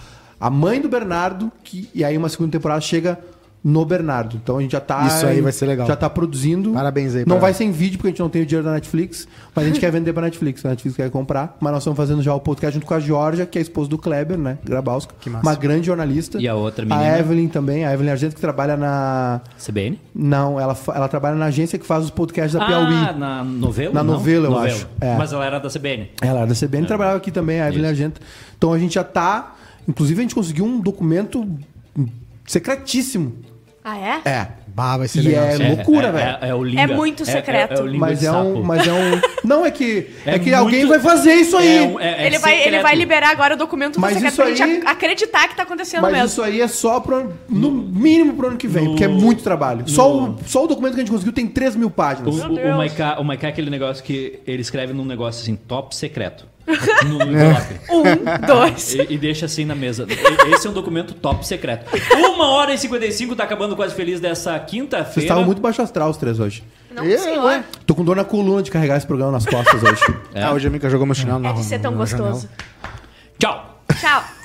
a mãe do Bernardo, que, e aí uma segunda temporada chega no Bernardo. Então a gente já tá. Isso aí vai ser legal. Já tá produzindo. Parabéns aí Não pra- vai ser em vídeo, porque a gente não tem o dinheiro da Netflix, mas a gente quer vender pra Netflix. A Netflix quer comprar. Mas nós estamos fazendo já o podcast junto com a Georgia, que é a esposa do Kleber, né? Grabowska. Que massa. Uma grande jornalista. E a outra menina? A Evelyn também. A Evelyn Argento, que trabalha na. CBN? Não, ela, fa- ela trabalha na agência que faz os podcasts da Ah, Piauí. na novela? Na Não? novela, eu acho. É. Mas ela era da CBN. Ela era da É. CBN, trabalhava aqui também, a Evelyn Argento. Então a gente já tá. Inclusive, a gente conseguiu um documento secretíssimo. Ah, é? É. Bah, vai ser E legal. é- isso. loucura, é- velho. É, é o Linga. É muito secreto. É, é o língua Mas de é, sapo. um, mas é um. Não, é que. É, É que alguém vai muito- fazer isso aí. É um- é- é ele, vai, ele secreto. vai liberar agora o documento Mas secreto isso pra gente aí- ac- acreditar que tá acontecendo Mas mesmo. isso aí é só pro, ano- no mínimo pro ano que vem, No- porque é muito trabalho. Só, no- o, só o documento que a gente conseguiu tem 3 mil O, páginas. o, Meu Deus. o Maiká o Maiká é aquele negócio que ele escreve num negócio assim, top secreto. No É. envelope. Um, dois. E, e deixa assim na mesa. E- Esse é um documento top secreto. Uma hora e 55 tá acabando quase feliz dessa quinta-feira. Vocês estavam muito baixo astral os três hoje. Não, Eu, senhor. é. Tô com dor na coluna de carregar esse programa nas costas hoje. Ah, hoje a Mica jogou meu chinelo na É de ser tão na gostoso. Tchau! Tchau.